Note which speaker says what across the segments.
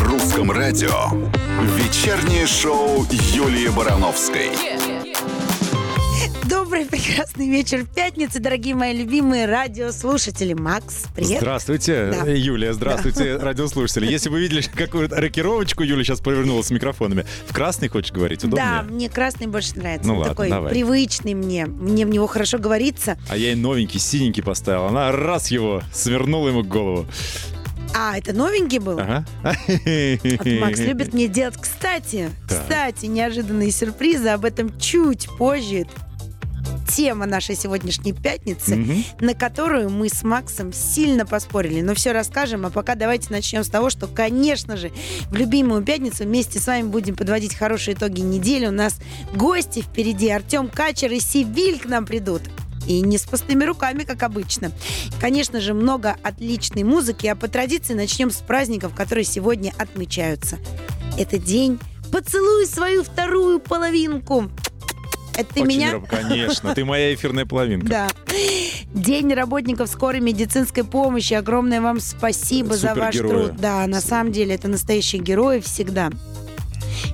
Speaker 1: Русском радио. Вечернее шоу Юлии Барановской.
Speaker 2: Добрый прекрасный вечер пятницы, дорогие мои любимые радиослушатели. Макс, привет.
Speaker 3: Здравствуйте, э,
Speaker 2: Да.
Speaker 3: Юлия, здравствуйте, радиослушатели. Если вы видели какую-то рокировочку, Юля сейчас провернула с микрофонами. В красный хочешь говорить?
Speaker 2: Да,
Speaker 3: Удобнее?
Speaker 2: мне красный больше нравится.
Speaker 3: Ну
Speaker 2: Он
Speaker 3: ладно,
Speaker 2: такой
Speaker 3: давай.
Speaker 2: привычный мне. Мне в него хорошо говорится.
Speaker 3: А я и новенький, синенький поставил. Она раз его, свернула ему голову.
Speaker 2: А, это новенький был?
Speaker 3: Ага.
Speaker 2: Вот А Макс любит мне делать. Кстати,
Speaker 3: Так.
Speaker 2: кстати, неожиданные сюрпризы. Об этом чуть позже. Это Тема нашей сегодняшней пятницы,
Speaker 3: Мгм.
Speaker 2: на которую мы с Максом сильно поспорили. Но все расскажем. А пока давайте начнем с того, что, конечно же, в любимую пятницу вместе с вами будем подводить хорошие итоги недели. У нас гости впереди. Артем Качер и Сибиль к нам придут. И не с пустыми руками, как обычно. Конечно же, много отличной музыки, а по традиции начнем с праздников, которые сегодня отмечаются. Это день «Поцелуй свою вторую половинку». Это ты
Speaker 3: Очень
Speaker 2: меня?
Speaker 3: роб- Конечно, ты моя эфирная половинка.
Speaker 2: Да. День работников скорой медицинской помощи. Огромное вам спасибо за ваш
Speaker 3: Супергерои.
Speaker 2: труд. Да, на самом деле это настоящие герои всегда.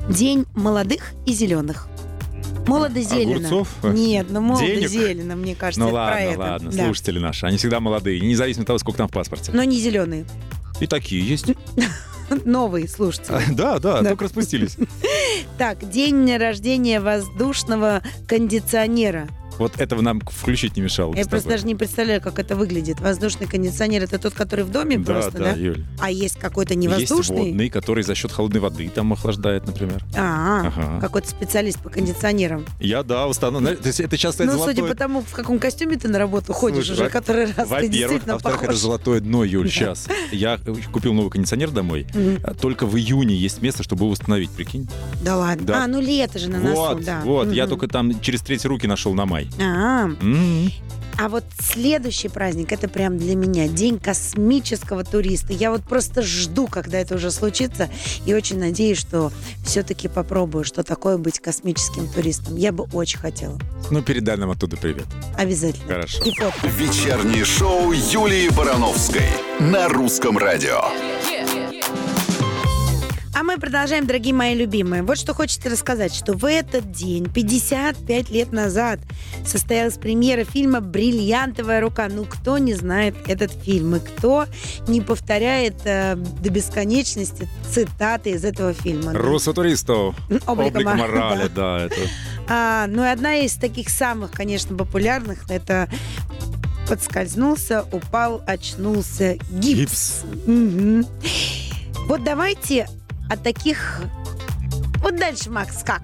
Speaker 2: День молодых и зеленых. Молодо-зелено.
Speaker 3: А Огурцов?
Speaker 2: Нет, ну
Speaker 3: Денег?
Speaker 2: молодо-зелено, мне кажется,
Speaker 3: Ну
Speaker 2: это про
Speaker 3: ладно,
Speaker 2: это.
Speaker 3: ладно,
Speaker 2: Да. Ну.
Speaker 3: слушатели наши, они всегда молодые, независимо от того, сколько там в паспорте.
Speaker 2: Но не зеленые.
Speaker 3: И такие есть.
Speaker 2: Новые слушатели.
Speaker 3: Да, да,
Speaker 2: Да.
Speaker 3: только распустились.
Speaker 2: Так, день рождения воздушного кондиционера.
Speaker 3: Вот этого нам включить не мешало. бы
Speaker 2: Я
Speaker 3: с
Speaker 2: просто
Speaker 3: тобой.
Speaker 2: даже не представляю, как это выглядит. Воздушный кондиционер это тот, который в доме
Speaker 3: Да,
Speaker 2: просто,
Speaker 3: да, Юль.
Speaker 2: А есть какой-то невоздушный.
Speaker 3: Есть водный, который за счет холодной воды там охлаждает, например.
Speaker 2: А,
Speaker 3: Ага.
Speaker 2: какой-то специалист по кондиционерам.
Speaker 3: Я, да, установлю. То есть это сейчас стоит
Speaker 2: ну,
Speaker 3: золотое...
Speaker 2: судя по тому, в каком костюме ты на работу ходишь
Speaker 3: Слушай,
Speaker 2: уже
Speaker 3: во-
Speaker 2: который раз, ты
Speaker 3: Во-первых, а
Speaker 2: действительно
Speaker 3: во-вторых,
Speaker 2: похож.
Speaker 3: это золотое дно, Юль,
Speaker 2: Да.
Speaker 3: сейчас. Я купил новый кондиционер домой.
Speaker 2: Мгм.
Speaker 3: А Только в июне есть место, чтобы его установить, прикинь.
Speaker 2: Да ладно.
Speaker 3: Да.
Speaker 2: А, ну лето же на носу,
Speaker 3: вот,
Speaker 2: да.
Speaker 3: вот. Я
Speaker 2: Мгм.
Speaker 3: только там через треть руки нашел на май. М-м-м.
Speaker 2: А,
Speaker 3: М.
Speaker 2: а вот следующий праздник, это прям для меня день космического туриста. Я вот просто жду, когда это уже случится, и очень надеюсь, что все-таки попробую, что такое быть космическим туристом. Я бы очень хотела.
Speaker 3: Ну, передай нам оттуда привет.
Speaker 2: Обязательно.
Speaker 3: Хорошо.
Speaker 2: И фотки.
Speaker 1: Вечернее шоу Юлии Барановской на Русском радио.
Speaker 2: А мы продолжаем, дорогие мои любимые. Вот что хочется рассказать, что в этот день, 55 лет назад, состоялась премьера фильма «Бриллиантовая рука». Ну, кто не знает этот фильм и кто не повторяет э, до бесконечности цитаты из этого фильма?
Speaker 3: Руссо туристов.
Speaker 2: Облик
Speaker 3: Облик
Speaker 2: морали,
Speaker 3: морали, да. это.
Speaker 2: А, ну и одна из таких самых, конечно, популярных, это подскользнулся, упал, очнулся, гипс.
Speaker 3: Гипс.
Speaker 2: Мгм. Вот давайте о таких... Вот дальше, Макс, как?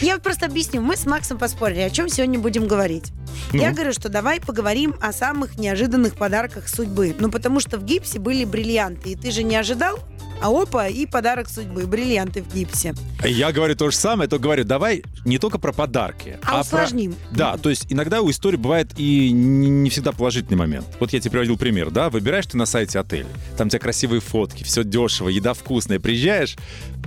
Speaker 2: Я вот просто объясню. Мы с Максом поспорили, о чем сегодня будем говорить.
Speaker 3: Ну.
Speaker 2: Я говорю, что давай поговорим о самых неожиданных подарках судьбы. Ну, потому что в гипсе были бриллианты, и ты же не ожидал, а опа, и подарок судьбы, бриллианты в гипсе.
Speaker 3: Я говорю то же самое, то говорю, давай не только про подарки,
Speaker 2: А,
Speaker 3: про
Speaker 2: усложним.
Speaker 3: Да, то есть иногда у истории бывает и не не всегда положительный момент. Вот я тебе приводил пример, да, выбираешь ты на сайте отель, там у тебя красивые фотки, все дешево, еда вкусная, приезжаешь,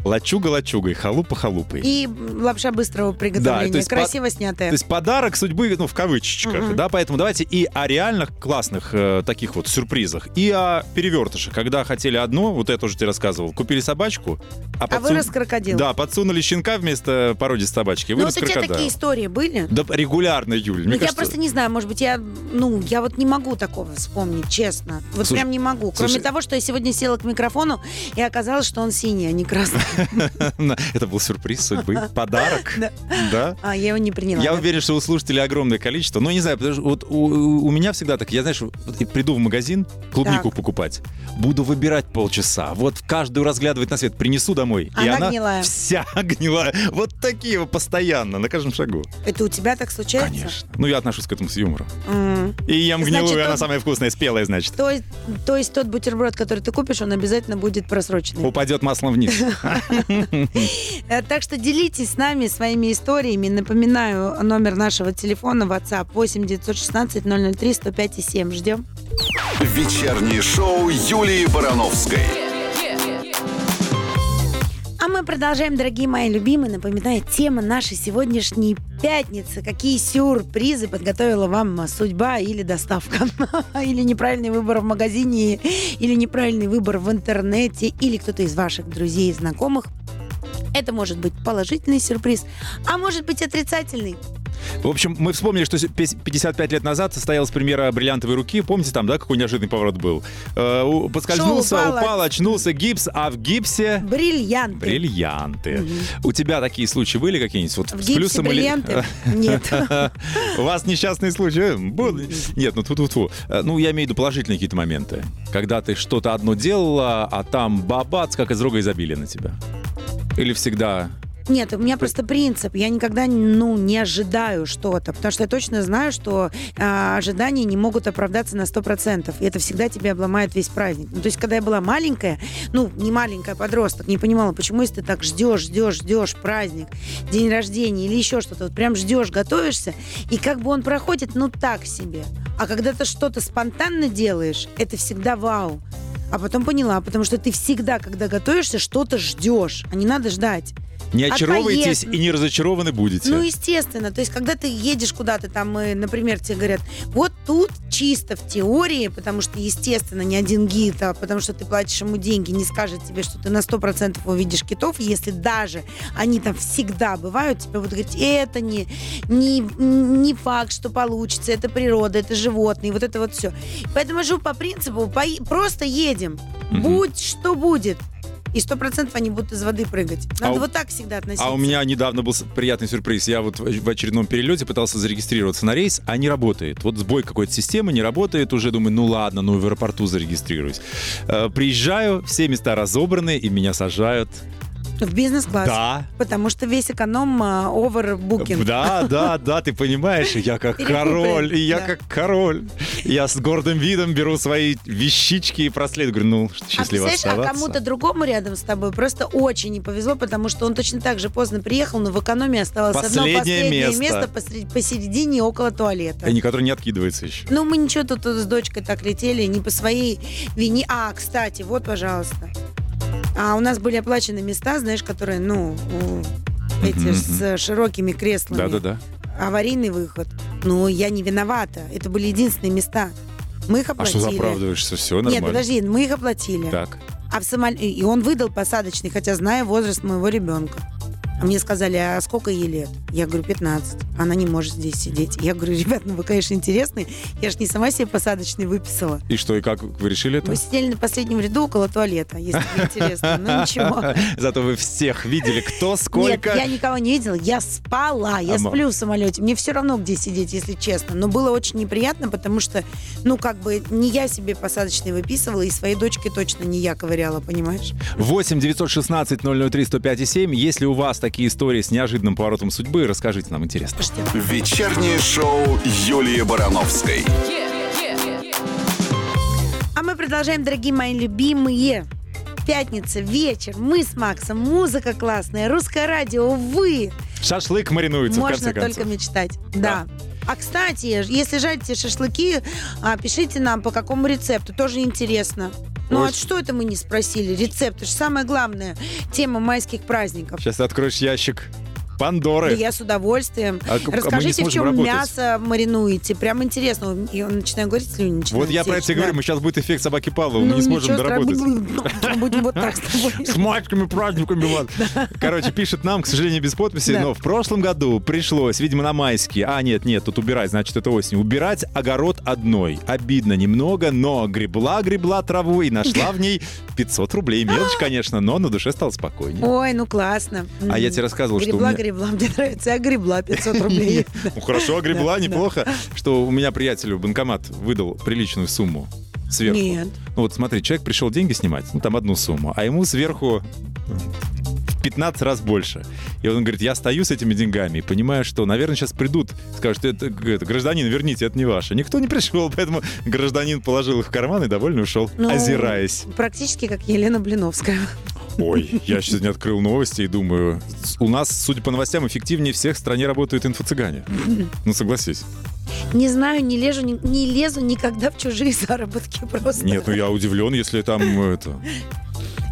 Speaker 3: лачуга лачугой, халупа халупой.
Speaker 2: И лапша быстрого приготовления,
Speaker 3: есть по-
Speaker 2: красиво снятая.
Speaker 3: То есть подарок судьбы, ну, в кавычечках,
Speaker 2: Мгм.
Speaker 3: да, поэтому давайте и о реальных классных э, таких вот сюрпризах, и о перевертышах, когда хотели одно, вот это уже тебе рассказывал, купили собачку, а,
Speaker 2: а
Speaker 3: подсу-
Speaker 2: вырос крокодил.
Speaker 3: Да, подсунули щенка вместо породистой собачки, и
Speaker 2: Ну,
Speaker 3: вырос
Speaker 2: вот у тебя
Speaker 3: крокодил.
Speaker 2: такие истории были?
Speaker 3: Да, регулярно, Юль.
Speaker 2: Ну,
Speaker 3: мне
Speaker 2: я
Speaker 3: кажется,
Speaker 2: просто не знаю, может быть, я, ну, я вот не могу такого вспомнить, честно. Вот
Speaker 3: Слушай,
Speaker 2: прям не могу. Кроме
Speaker 3: слушай.
Speaker 2: того, что я сегодня села к микрофону, и оказалось, что он синий, а не красный.
Speaker 3: Это был сюрприз судьбы. Подарок.
Speaker 2: Да.
Speaker 3: Да.
Speaker 2: А я его не приняла.
Speaker 3: Я уверен, что у слушателей огромное количество. Но не знаю, потому что вот у, у меня всегда так. Я, знаешь, вот я приду в магазин клубнику
Speaker 2: Так.
Speaker 3: покупать, буду выбирать полчаса. Вот каждую разглядывать на свет, принесу домой. и
Speaker 2: Она
Speaker 3: она
Speaker 2: гнилая.
Speaker 3: вся гнилая. Вот такие вот постоянно, на каждом шагу.
Speaker 2: Это у тебя так случается?
Speaker 3: Конечно. Ну, я отношусь к этому с юмором.
Speaker 2: М.
Speaker 3: И ем гнилую,
Speaker 2: Значит,
Speaker 3: и она
Speaker 2: он-
Speaker 3: самая вкусная, спелая, значит.
Speaker 2: То, есть- то есть тот бутерброд, который ты купишь, он обязательно будет просроченный.
Speaker 3: Упадет маслом вниз.
Speaker 2: Э, Так что делитесь с нами своими историями. Напоминаю, номер нашего телефона WhatsApp 8 916 003 105 7. Ждем.
Speaker 1: Вечернее шоу Юлии Барановской.
Speaker 2: А мы продолжаем, дорогие мои любимые. Напоминаю, тема нашей сегодняшней пятницы какие сюрпризы подготовила вам судьба или доставка? Или неправильный выбор в магазине, или неправильный выбор в интернете, или кто-то из ваших друзей и знакомых. Это может быть положительный сюрприз, а может быть отрицательный.
Speaker 3: В общем, мы вспомнили, что с- пес- 55 лет назад состоялась премьера «Бриллиантовой руки». Помните, там, да, какой неожиданный поворот был? Э, у- Подскользнулся,
Speaker 2: Шоу упало.
Speaker 3: упал, очнулся, гипс, а в гипсе...
Speaker 2: Бриллианты.
Speaker 3: Бриллианты.
Speaker 2: Мгм.
Speaker 3: У тебя такие случаи были какие-нибудь? Вот
Speaker 2: В
Speaker 3: с
Speaker 2: гипсе
Speaker 3: плюсом или-
Speaker 2: бриллианты? Нет.
Speaker 3: У вас несчастные случаи? э, были? Нет, ну тут ту Ну, я имею в виду положительные какие-то моменты. Когда ты что-то одно делала, а там бабац, как из рога изобилия на тебя. Или всегда...
Speaker 2: Нет, у меня просто принцип. Я никогда ну, не ожидаю что-то, потому что я точно знаю, что а, ожидания не могут оправдаться на 100%. И это всегда тебя обломает весь праздник. Ну, то есть, когда я была маленькая, ну, не маленькая, подросток, не понимала, почему если ты так ждешь, ждешь, ждешь праздник, день рождения или еще что-то, вот прям ждешь, готовишься, и как бы он проходит, ну, так себе. А когда ты что-то спонтанно делаешь, это всегда вау. А потом поняла, потому что ты всегда, когда готовишься, что-то ждешь, а не надо ждать.
Speaker 3: Не
Speaker 2: От
Speaker 3: очаровываетесь
Speaker 2: поездки.
Speaker 3: и не разочарованы будете.
Speaker 2: Ну, естественно. То есть, когда ты едешь куда-то, там, э, например, тебе говорят, вот тут чисто в теории, потому что, естественно, ни один гид, а потому что ты платишь ему деньги, не скажет тебе, что ты на 100% увидишь китов, если даже они там всегда бывают, тебе будут говорить, это не, не, не факт, что получится, это природа, это животные, вот это вот все. Поэтому я живу по принципу, пои- просто едем,
Speaker 3: Мгм.
Speaker 2: будь что будет. И сто процентов они будут из воды прыгать.
Speaker 3: А
Speaker 2: Надо
Speaker 3: у-
Speaker 2: вот так всегда относиться.
Speaker 3: А у меня недавно был с- приятный сюрприз. Я вот в в очередном перелете пытался зарегистрироваться на рейс, а не работает. Вот сбой какой-то системы, не работает. Уже думаю, ну ладно, ну в аэропорту зарегистрируюсь. Э, Приезжаю, все места разобраны, и меня сажают.
Speaker 2: В бизнес-класс.
Speaker 3: Да.
Speaker 2: Потому что весь эконом а, овербукинг.
Speaker 3: Да, да, да, ты понимаешь, и я как
Speaker 2: Перекупы,
Speaker 3: король, и я
Speaker 2: да.
Speaker 3: как король. Я с гордым видом беру свои вещички и проследую. Говорю, ну,
Speaker 2: А
Speaker 3: счастливо
Speaker 2: представляешь, а
Speaker 3: оставаться.
Speaker 2: кому-то другому рядом с тобой просто очень не повезло, потому что он точно так же поздно приехал, но в экономии осталось
Speaker 3: Последнее
Speaker 2: одно последнее
Speaker 3: место.
Speaker 2: место, посред- посередине около туалета.
Speaker 3: И который Э, не откидывается еще.
Speaker 2: Ну, мы ничего тут с дочкой так летели, не по своей вине. А, кстати, вот, пожалуйста. А у нас были оплачены места, знаешь, которые, ну, у- эти
Speaker 3: Мгм,
Speaker 2: с широкими креслами.
Speaker 3: Да-да-да.
Speaker 2: Аварийный выход. Ну, я не виновата. Это были единственные места. Мы их
Speaker 3: А
Speaker 2: оплатили.
Speaker 3: что за оправдываешься? Все
Speaker 2: Нет,
Speaker 3: нормально.
Speaker 2: подожди, мы их оплатили.
Speaker 3: Так.
Speaker 2: А в самоле- И он выдал посадочный, хотя зная возраст моего ребенка. А мне сказали, а сколько ей лет? Я говорю, 15. Она не может здесь сидеть. Я говорю, ребят, ну вы, конечно, интересны. Я же не сама себе посадочный выписала.
Speaker 3: И что, и как вы решили это?
Speaker 2: Вы сидели на последнем ряду около туалета, если вы интересно. Ну ничего.
Speaker 3: Зато вы всех видели, кто сколько.
Speaker 2: Нет, я никого не видела, я спала, я
Speaker 3: А, мам.
Speaker 2: сплю в самолете. Мне все равно, где сидеть, если честно. Но было очень неприятно, потому что, ну, как бы, не я себе посадочный выписывала, и своей дочке точно не я ковыряла, понимаешь?
Speaker 3: 8 916 003 105 7. Если у вас такие истории с неожиданным поворотом судьбы, расскажите нам интересно.
Speaker 2: Слушайте,
Speaker 1: Вечернее шоу Юлии Барановской.
Speaker 2: А мы продолжаем, дорогие мои любимые. Пятница, вечер, мы с Максом, музыка классная, русское радио, увы,
Speaker 3: Шашлык маринуется в
Speaker 2: можно
Speaker 3: конце концов.
Speaker 2: только мечтать. Да. А кстати, если жарите шашлыки, а, пишите нам по какому рецепту, тоже интересно. Ну
Speaker 3: Ой.
Speaker 2: а что это мы не спросили? Рецепт, это же самая главная тема майских праздников.
Speaker 3: Сейчас откроешь ящик
Speaker 2: Да
Speaker 3: Пандоры.
Speaker 2: я с удовольствием.
Speaker 3: А к- а мы не
Speaker 2: Расскажите, в
Speaker 3: сможем
Speaker 2: чем
Speaker 3: работать.
Speaker 2: мясо маринуете. Прям интересно. Я начинаю говорить, слюни
Speaker 3: Вот
Speaker 2: начинают
Speaker 3: я про это
Speaker 2: течь,
Speaker 3: и говорю,
Speaker 2: да.
Speaker 3: мы сейчас будет эффект собаки Павлова, мы
Speaker 2: Ну,
Speaker 3: не сможем
Speaker 2: ничего страшного.
Speaker 3: доработать.
Speaker 2: Будем вот так с тобой.
Speaker 3: С мальчиками, праздниками, вот. Короче, пишет нам, к сожалению, без подписи,
Speaker 2: Да.
Speaker 3: но в прошлом году пришлось, видимо, на майские. А, нет, нет, тут убирать, значит, это осень. Убирать огород одной. Обидно немного, но гребла-гребла траву и нашла в ней 500 рублей. Мелочь, конечно, но на душе стало спокойнее.
Speaker 2: А! Ой, ну классно.
Speaker 3: А я
Speaker 2: М.
Speaker 3: тебе рассказывал, что у
Speaker 2: Гребла,
Speaker 3: меня...
Speaker 2: гребла, мне нравится. Я гребла 500 рублей.
Speaker 3: Ну хорошо, огребла,
Speaker 2: Да, да.
Speaker 3: неплохо. Что у меня приятелю банкомат выдал приличную сумму сверху.
Speaker 2: Нет.
Speaker 3: Ну вот смотри, человек пришел деньги снимать, ну там одну сумму, а ему сверху в 15 раз больше. И он говорит, я стою с этими деньгами и понимаю, что, наверное, сейчас придут, скажут, это, э, это, гражданин, верните, это не ваше. Никто не пришел, поэтому гражданин положил их в карман и довольно ушел,
Speaker 2: Ну.
Speaker 3: озираясь.
Speaker 2: Практически как Елена Блиновская.
Speaker 3: Ой, я сегодня открыл новости и думаю, с- у нас, судя по новостям, эффективнее всех в стране работают инфо-цыгане. Ну согласись.
Speaker 2: Не знаю, не лезу, ни- не
Speaker 3: ну
Speaker 2: лезу никогда в чужие заработки просто.
Speaker 3: Нет, ну я удивлен, если там э, это...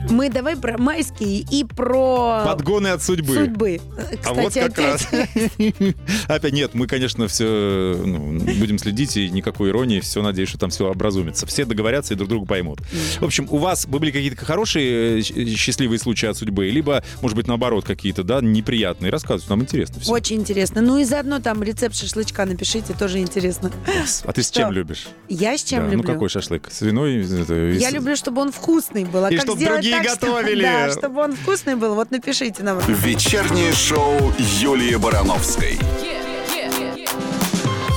Speaker 2: Мы давай про майские и про
Speaker 3: Подгоны от судьбы.
Speaker 2: судьбы.
Speaker 3: А вот
Speaker 2: Кстати,
Speaker 3: как
Speaker 2: опять
Speaker 3: раз. Опять нет, мы, конечно, все ну, будем следить, и никакой иронии, все, надеюсь, что там все образумится. Все договорятся и друг друга поймут. В общем, у вас были какие-то хорошие э, щ- счастливые случаи от судьбы, либо, может быть, наоборот, какие-то, да, неприятные. Рассказывайте, нам интересно все.
Speaker 2: Очень интересно. Ну и заодно там рецепт шашлычка напишите, тоже интересно.
Speaker 3: А ты с
Speaker 2: Что?
Speaker 3: чем любишь?
Speaker 2: Я с чем
Speaker 3: Да,
Speaker 2: люблю?
Speaker 3: Ну, какой шашлык? Свиной? это, и
Speaker 2: Я
Speaker 3: с-
Speaker 2: люблю, чтобы он вкусный был. А
Speaker 3: И
Speaker 2: как
Speaker 3: чтоб
Speaker 2: сделать
Speaker 3: другие
Speaker 2: так, что-
Speaker 3: готовили.
Speaker 2: да, чтобы он вкусный был, вот напишите нам.
Speaker 1: Вечернее шоу Юлии Барановской.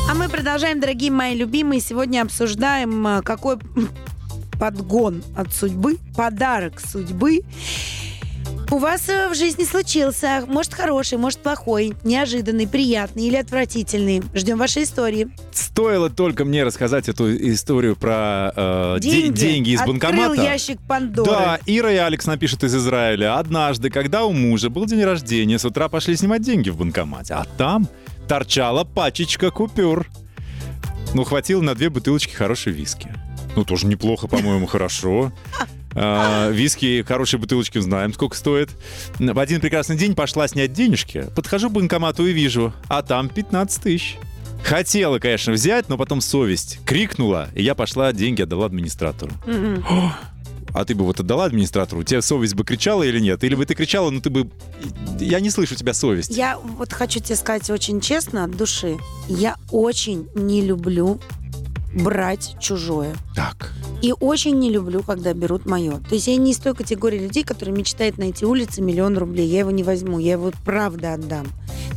Speaker 2: А мы продолжаем, дорогие мои любимые. Сегодня обсуждаем, э, какой м, подгон от судьбы, подарок судьбы у вас э, в жизни случился. Может, хороший, может, плохой, неожиданный, приятный или отвратительный. Ждем вашей истории.
Speaker 3: Стоило только мне рассказать эту историю про э, де- деньги из
Speaker 2: Открыл
Speaker 3: банкомата.
Speaker 2: ящик Пандоры.
Speaker 3: Да, Ира и Алекс напишет из Израиля. Однажды, когда у мужа был день рождения, с утра пошли снимать деньги в банкомате, а там торчала пачечка купюр. Ну, хватило на две бутылочки хорошей виски. Ну, тоже неплохо, по-моему, хорошо. А, виски, хорошие бутылочки знаем, сколько стоит. В один прекрасный день пошла снять денежки. Подхожу к банкомату и вижу, а там 15 тысяч. Хотела, конечно, взять, но потом совесть крикнула, и я пошла, деньги отдала администратору.
Speaker 2: Мгм.
Speaker 3: А ты бы вот отдала администратору, у тебя совесть бы кричала или нет? Или бы ты кричала, но ты бы... Я не слышу тебя совесть.
Speaker 2: Я вот хочу тебе сказать очень честно от души. Я очень не люблю брать чужое.
Speaker 3: Так.
Speaker 2: И очень не люблю, когда берут мое. То есть я не из той категории людей, которые мечтают найти улице миллион рублей. Я его не возьму, я его правда отдам.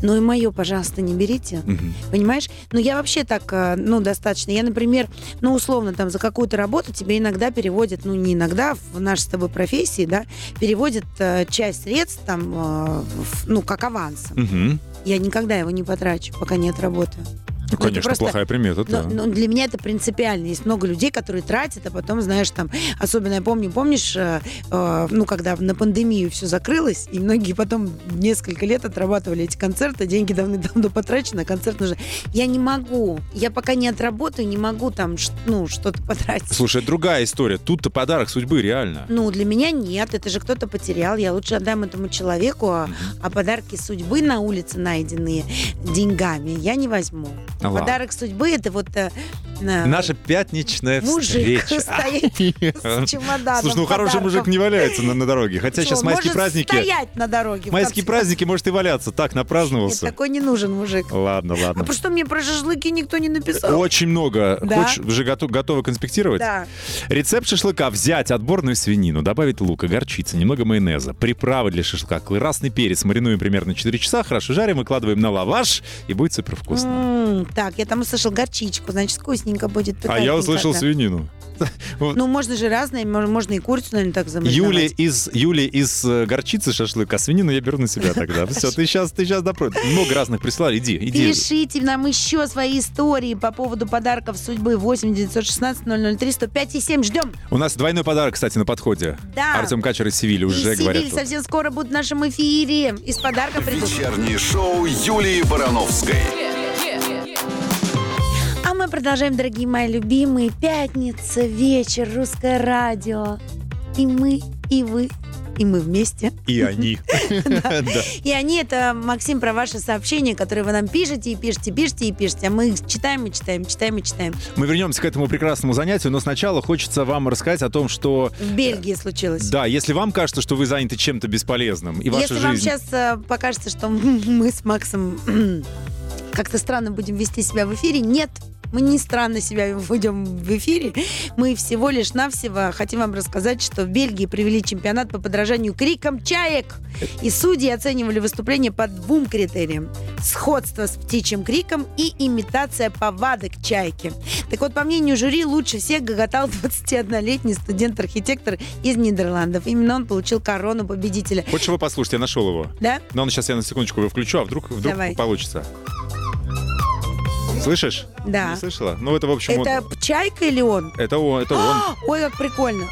Speaker 2: Но и мое, пожалуйста, не берите.
Speaker 3: Мгм.
Speaker 2: Понимаешь? Ну, я вообще так, э, ну, достаточно. Я, например, ну, условно, там, за какую-то работу тебе иногда переводят, ну, не иногда, в нашей с тобой профессии, да, переводят э, часть средств, там, э, в- ну, как авансом.
Speaker 3: Мгм.
Speaker 2: Я никогда его не потрачу, пока не отработаю.
Speaker 3: Ну, конечно,
Speaker 2: просто-
Speaker 3: плохая примета,
Speaker 2: Но,
Speaker 3: да.
Speaker 2: но для меня это принципиально. Есть много людей, которые тратят, а потом, знаешь, там, особенно я помню, помнишь, э, э, ну, когда на пандемию все закрылось, и многие потом несколько лет отрабатывали эти концерты, деньги давным-давно потрачены, а концерт нужен. Я не могу, я пока не отработаю, не могу там, ш- ну, что-то потратить.
Speaker 3: Слушай, это другая история. Тут-то подарок судьбы, реально.
Speaker 2: Ну, для меня нет, это же кто-то потерял. Я лучше отдам этому человеку, а, а подарки судьбы на улице, найденные деньгами, я не возьму.
Speaker 3: А ладно.
Speaker 2: Подарок судьбы это вот э, э,
Speaker 3: Наша пятничная
Speaker 2: мужик
Speaker 3: встреча.
Speaker 2: стоит с чемоданом.
Speaker 3: Слушай, ну хороший
Speaker 2: подарков.
Speaker 3: мужик не валяется на, на дороге. Хотя
Speaker 2: Что,
Speaker 3: сейчас майские
Speaker 2: может
Speaker 3: праздники...
Speaker 2: стоять на дороге. в
Speaker 3: Майские
Speaker 2: конце
Speaker 3: праздники, может, и валяться. Так,
Speaker 2: концов.
Speaker 3: напраздновался.
Speaker 2: Нет, такой не нужен мужик.
Speaker 3: Ладно,
Speaker 2: А
Speaker 3: ладно.
Speaker 2: про что мне про шашлыки никто не написал?
Speaker 3: Очень много.
Speaker 2: Да.
Speaker 3: Хочешь, уже готов- готова конспектировать?
Speaker 2: Да.
Speaker 3: Рецепт шашлыка. Взять отборную свинину, добавить лука, горчицы, немного майонеза, приправы для шашлыка, красный перец, маринуем примерно 4 часа, хорошо жарим, выкладываем на лаваш, и будет супер вкусно.
Speaker 2: М, Так, я там услышал горчичку, значит, вкусненько будет.
Speaker 3: А я
Speaker 2: пикантненько,
Speaker 3: услышал
Speaker 2: да.
Speaker 3: свинину.
Speaker 2: Ну, можно же разные, мож- можно и курицу, наверное, так замариновать.
Speaker 3: Юли из, Юли из э, горчицы шашлык, а свинину я беру на себя тогда. Все, ты сейчас, ты сейчас Много разных прислали, иди, иди.
Speaker 2: Пишите нам еще свои истории по поводу подарков судьбы 8 916 003 105 и 7. Ждем.
Speaker 3: У нас двойной подарок, кстати, на подходе.
Speaker 2: Да.
Speaker 3: Артем Качер А. из Севили уже
Speaker 2: и
Speaker 3: говорят.
Speaker 2: Сибирь
Speaker 3: тут.
Speaker 2: совсем скоро будут в нашем эфире. Из подарка придут.
Speaker 1: Вечернее шоу Юлии Барановской.
Speaker 2: А мы продолжаем, дорогие мои любимые. Пятница, вечер, русское радио. И мы, и вы, и мы вместе.
Speaker 3: И они. Да.
Speaker 2: И они, это, Максим, про ваши сообщения, которые вы нам пишете, и пишете, пишете, и пишете. А мы их читаем, и читаем, читаем, и читаем.
Speaker 3: Мы вернемся к этому прекрасному занятию, но сначала хочется вам рассказать о том, что
Speaker 2: В Бельгии случилось.
Speaker 3: Да, если вам кажется, что вы заняты чем-то бесполезным, и ваша
Speaker 2: Если вам
Speaker 3: жизнь...
Speaker 2: сейчас э, покажется, что мы с Максом м, как-то странно будем вести себя в эфире, нет. Мы не странно себя ведем в эфире. Мы всего лишь навсего хотим вам рассказать, что в Бельгии провели чемпионат по подражанию криком чаек. И судьи оценивали выступление по двум критериям. Сходство с птичьим криком и имитация повадок чайки. Так вот, по мнению жюри, лучше всех гоготал 21-летний студент-архитектор из Нидерландов. Именно он получил корону победителя.
Speaker 3: Хочешь его послушать? Я нашел его.
Speaker 2: Да?
Speaker 3: Но он сейчас я на секундочку его включу, а вдруг, вдруг
Speaker 2: Давай.
Speaker 3: получится. Слышишь?
Speaker 2: Да.
Speaker 3: Не слышала? Ну, это, в общем,
Speaker 2: Это
Speaker 3: он.
Speaker 2: чайка или он?
Speaker 3: Это он, это он.
Speaker 2: Ой, как прикольно.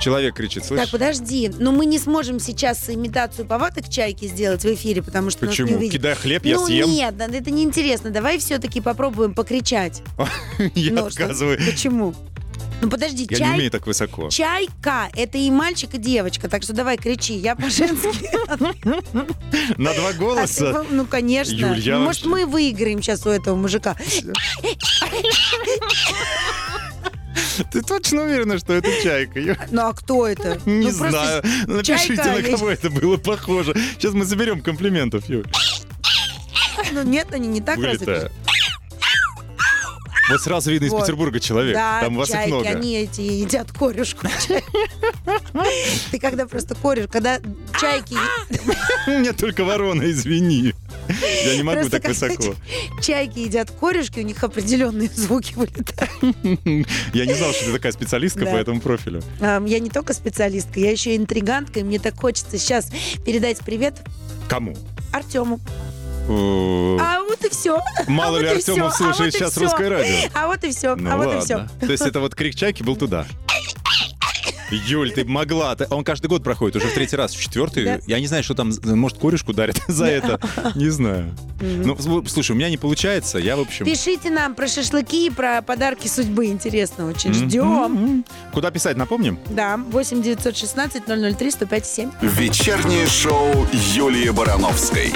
Speaker 3: Человек
Speaker 2: А!
Speaker 3: кричит,
Speaker 2: Так,
Speaker 3: слышишь?
Speaker 2: подожди. Но мы не сможем сейчас имитацию повадок чайки сделать в эфире, потому что нас ну, не
Speaker 3: Почему?
Speaker 2: увидят.
Speaker 3: Кидай хлеб, я
Speaker 2: ну
Speaker 3: съем.
Speaker 2: нет, да, это неинтересно. Давай все-таки попробуем покричать.
Speaker 3: Я
Speaker 2: Ну, что-
Speaker 3: отказываю.
Speaker 2: Почему? Ну подожди,
Speaker 3: Я не
Speaker 2: чай
Speaker 3: умею так высоко.
Speaker 2: Чайка – это и мальчик, и девочка, так что давай кричи, я по-женски.
Speaker 3: На два голоса.
Speaker 2: А ты- Ну, конечно.
Speaker 3: Юль, я
Speaker 2: Ну, Может,
Speaker 3: вообще-
Speaker 2: мы выиграем сейчас у этого мужика.
Speaker 3: Ты точно уверена, что это чайка? Я
Speaker 2: Ну, а кто это?
Speaker 3: не
Speaker 2: Ну, просто
Speaker 3: знаю. Напишите,
Speaker 2: чайка,
Speaker 3: на
Speaker 2: я-
Speaker 3: кого это было похоже. Сейчас мы заберем комплиментов, Юль.
Speaker 2: Ну, нет, они не так разве?
Speaker 3: Вылетаю. Вот сразу видно из
Speaker 2: Вот.
Speaker 3: Петербурга человек.
Speaker 2: Да,
Speaker 3: Там вас их
Speaker 2: чайки,
Speaker 3: много.
Speaker 2: они эти едят корюшку. Ты когда просто корюшку, когда чайки,
Speaker 3: У меня только ворона, извини. Я не могу
Speaker 2: Просто
Speaker 3: так
Speaker 2: когда
Speaker 3: высоко.
Speaker 2: чайки едят корюшки, у них определенные звуки вылетают.
Speaker 3: Я не знал, что ты такая специалистка
Speaker 2: Да.
Speaker 3: по этому профилю.
Speaker 2: Ам, Я не только специалистка, я еще и интригантка, и мне так хочется сейчас передать привет
Speaker 3: Кому?
Speaker 2: Артему.
Speaker 3: Э,
Speaker 2: А вот и все.
Speaker 3: Мало
Speaker 2: а
Speaker 3: ли
Speaker 2: вот и
Speaker 3: Артемов
Speaker 2: всё, а
Speaker 3: слушает
Speaker 2: вот и
Speaker 3: сейчас
Speaker 2: всё.
Speaker 3: русское радио.
Speaker 2: А вот и все.
Speaker 3: Ну
Speaker 2: а вот и все.
Speaker 3: ладно. То есть это вот крик чайки был туда. Юль, ты могла. Ты- Он каждый год проходит, уже в третий раз, в четвертый.
Speaker 2: Да.
Speaker 3: Я не знаю, что там, может, корешку дарят за это. Не знаю. Ну, с- слушай, у меня не получается. Я, в общем...
Speaker 2: Пишите нам про шашлыки и про подарки судьбы. Интересно очень.
Speaker 3: М.
Speaker 2: Ждем.
Speaker 3: М. Куда писать, напомним?
Speaker 2: Да, 8 916 003 105 7.
Speaker 1: Вечернее шоу Юлии Барановской.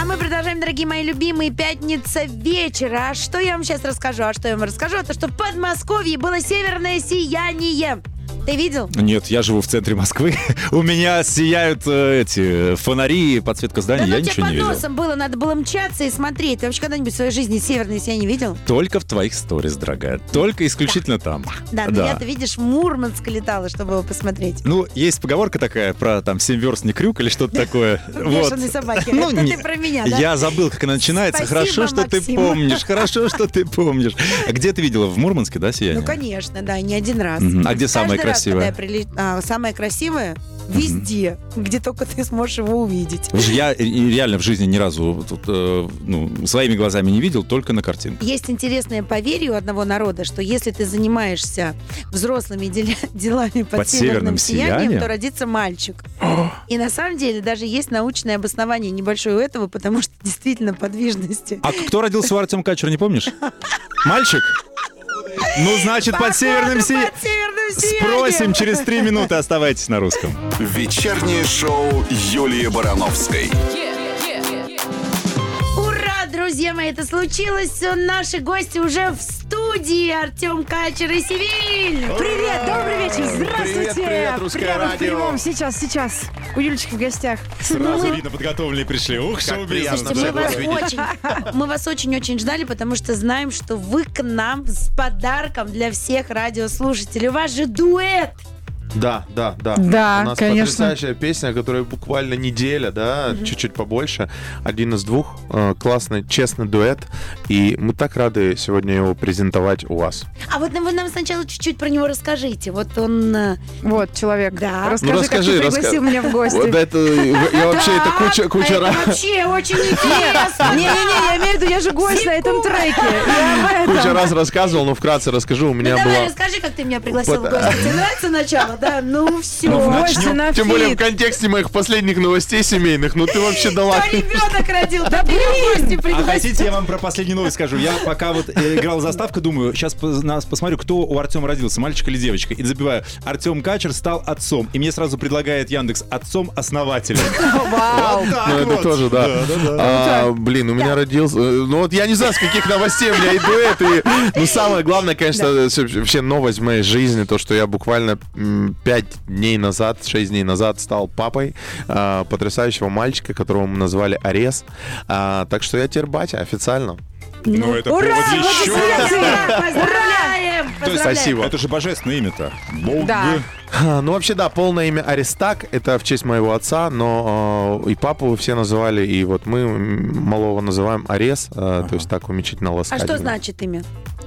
Speaker 2: А мы продолжаем, дорогие мои любимые, пятница вечера. А что я вам сейчас расскажу? А что я вам расскажу? А то, что в Подмосковье было северное сияние. Ты видел?
Speaker 3: Нет, я живу в центре Москвы. У меня сияют э, эти фонари, подсветка
Speaker 2: Да
Speaker 3: зданий.
Speaker 2: ну
Speaker 3: Я
Speaker 2: у тебя
Speaker 3: ничего
Speaker 2: под
Speaker 3: не видел.
Speaker 2: носом было, надо было мчаться и смотреть. Ты вообще когда-нибудь в своей жизни северное сияние видел?
Speaker 3: Только в твоих сторис, дорогая. Только исключительно там.
Speaker 2: Да, ну но я-то, видишь, в Мурманск летала, чтобы его посмотреть.
Speaker 3: Ну, есть поговорка такая про там семь верст не крюк или что-то такое. Вот.
Speaker 2: Бешеные собаки.
Speaker 3: Ну,
Speaker 2: Это
Speaker 3: не-
Speaker 2: ты про меня, да?
Speaker 3: Я забыл, как она начинается.
Speaker 2: Спасибо,
Speaker 3: Хорошо, что ты
Speaker 2: Максим.
Speaker 3: помнишь. Хорошо, что ты помнишь. А Где ты видела? В Мурманске, да, сияние?
Speaker 2: Ну, конечно, да, не один раз.
Speaker 3: Мгм. А где самое
Speaker 2: Каждый раз, когда я
Speaker 3: красивое?
Speaker 2: прили- а, самое красивое везде, где только ты сможешь его увидеть.
Speaker 3: Потому что Я э, реально в жизни ни разу тут, э, ну, своими глазами не видел, только на картинке.
Speaker 2: Есть интересное поверье у одного народа, что если ты занимаешься взрослыми деля- делами под,
Speaker 3: Под
Speaker 2: северным
Speaker 3: северным
Speaker 2: сиянием,
Speaker 3: сиянием?
Speaker 2: то родится мальчик. И на самом деле даже есть научное обоснование небольшое у этого, потому что действительно подвижности.
Speaker 3: А кто родился у Артем Качера, не помнишь? Мальчик? Ну, значит, под
Speaker 2: Походу,
Speaker 3: северным сиянием.
Speaker 2: под северным сиянием.
Speaker 3: Спросим через три минуты. Оставайтесь на русском.
Speaker 1: Вечернее шоу Юлии Барановской.
Speaker 2: Ура, друзья мои, это случилось. Наши гости уже в студии. Артем Качер и Севиль.
Speaker 4: Привет, добрый вечер, здравствуйте!
Speaker 3: Привет, привет, русское
Speaker 4: Прямо
Speaker 3: радио.
Speaker 4: в прямом сейчас, сейчас. У Юлечки в гостях.
Speaker 3: Сразу видно, подготовленные пришли. Ух, шоу-бизнес.
Speaker 1: приятно,
Speaker 2: Мы
Speaker 1: да.
Speaker 2: вас,
Speaker 1: Рад видеть.
Speaker 2: очень, мы вас очень-очень ждали, потому что знаем, что вы к нам с подарком для всех радиослушателей. У вас же дуэт!
Speaker 5: Да, да, да.
Speaker 4: Да,
Speaker 5: У нас
Speaker 4: конечно.
Speaker 5: потрясающая песня, которая буквально неделя, да, чуть-чуть побольше. Один из двух. Э, Классный, честный дуэт. И мы так рады сегодня его презентовать у вас.
Speaker 2: А вот вы нам сначала чуть-чуть про него расскажите. Вот он... э,
Speaker 4: Вот, человек.
Speaker 2: Да.
Speaker 4: Расскажи,
Speaker 5: Ну, расскажи,
Speaker 4: как ты пригласил
Speaker 5: расскажи.
Speaker 4: меня в
Speaker 5: Вот
Speaker 4: гости.
Speaker 5: это, я вообще, это
Speaker 2: Так,
Speaker 5: куча, куча
Speaker 2: а это
Speaker 5: раз.
Speaker 2: вообще очень интересно.
Speaker 4: Не-не-не, я имею в виду, я же гость на этом треке. Я об
Speaker 5: Куча
Speaker 4: этом.
Speaker 5: раз рассказывал, но вкратце расскажу.
Speaker 2: Ну,
Speaker 5: У меня
Speaker 2: давай,
Speaker 5: была...
Speaker 2: расскажи, как ты меня пригласил в
Speaker 5: Вот,
Speaker 2: гости. Тебе нравится начало? Да, ну
Speaker 4: В
Speaker 2: все.
Speaker 4: гости на
Speaker 5: Тем более в
Speaker 4: фит.
Speaker 5: контексте моих последних новостей семейных. Ну ты вообще дала.
Speaker 2: Кто ребенок родил, да в гости
Speaker 3: А
Speaker 2: пригласил.
Speaker 3: хотите, я вам про последнюю новость скажу? Я пока вот э, играл заставку, думаю, сейчас нас посмотрю, кто у Артема родился, мальчик или девочка. И забиваю, Артем Качер стал отцом. И мне сразу предлагает Яндекс отцом-основателем.
Speaker 4: Вау.
Speaker 5: Ну, это тоже, да.
Speaker 2: Ну,
Speaker 5: А, Блин, у меня родился... э, Ну, вот я не знаю, с каких новостей у меня и дуэт, и... Ну, самое главное, конечно, всё- вообще новость в моей жизни, то, что я буквально 5 дней назад, 6 дней назад стал папой а, потрясающего мальчика, которого мы назвали Арес. А, Так что я теперь батя официально.
Speaker 3: Ну, это
Speaker 4: Ура!
Speaker 3: повод
Speaker 4: Вот и
Speaker 3: еще.
Speaker 4: связано.
Speaker 2: Поздравляем! Поздравляем!
Speaker 5: Спасибо.
Speaker 3: Это же божественное имя-то. Бог.
Speaker 4: Да.
Speaker 5: А, Ну, вообще, да, полное имя Аристак, это в честь моего отца, но э, и папу все называли, и вот мы м, малого называем Арес, э, то есть так умечительно
Speaker 2: А
Speaker 5: ласкать.
Speaker 2: что значит имя?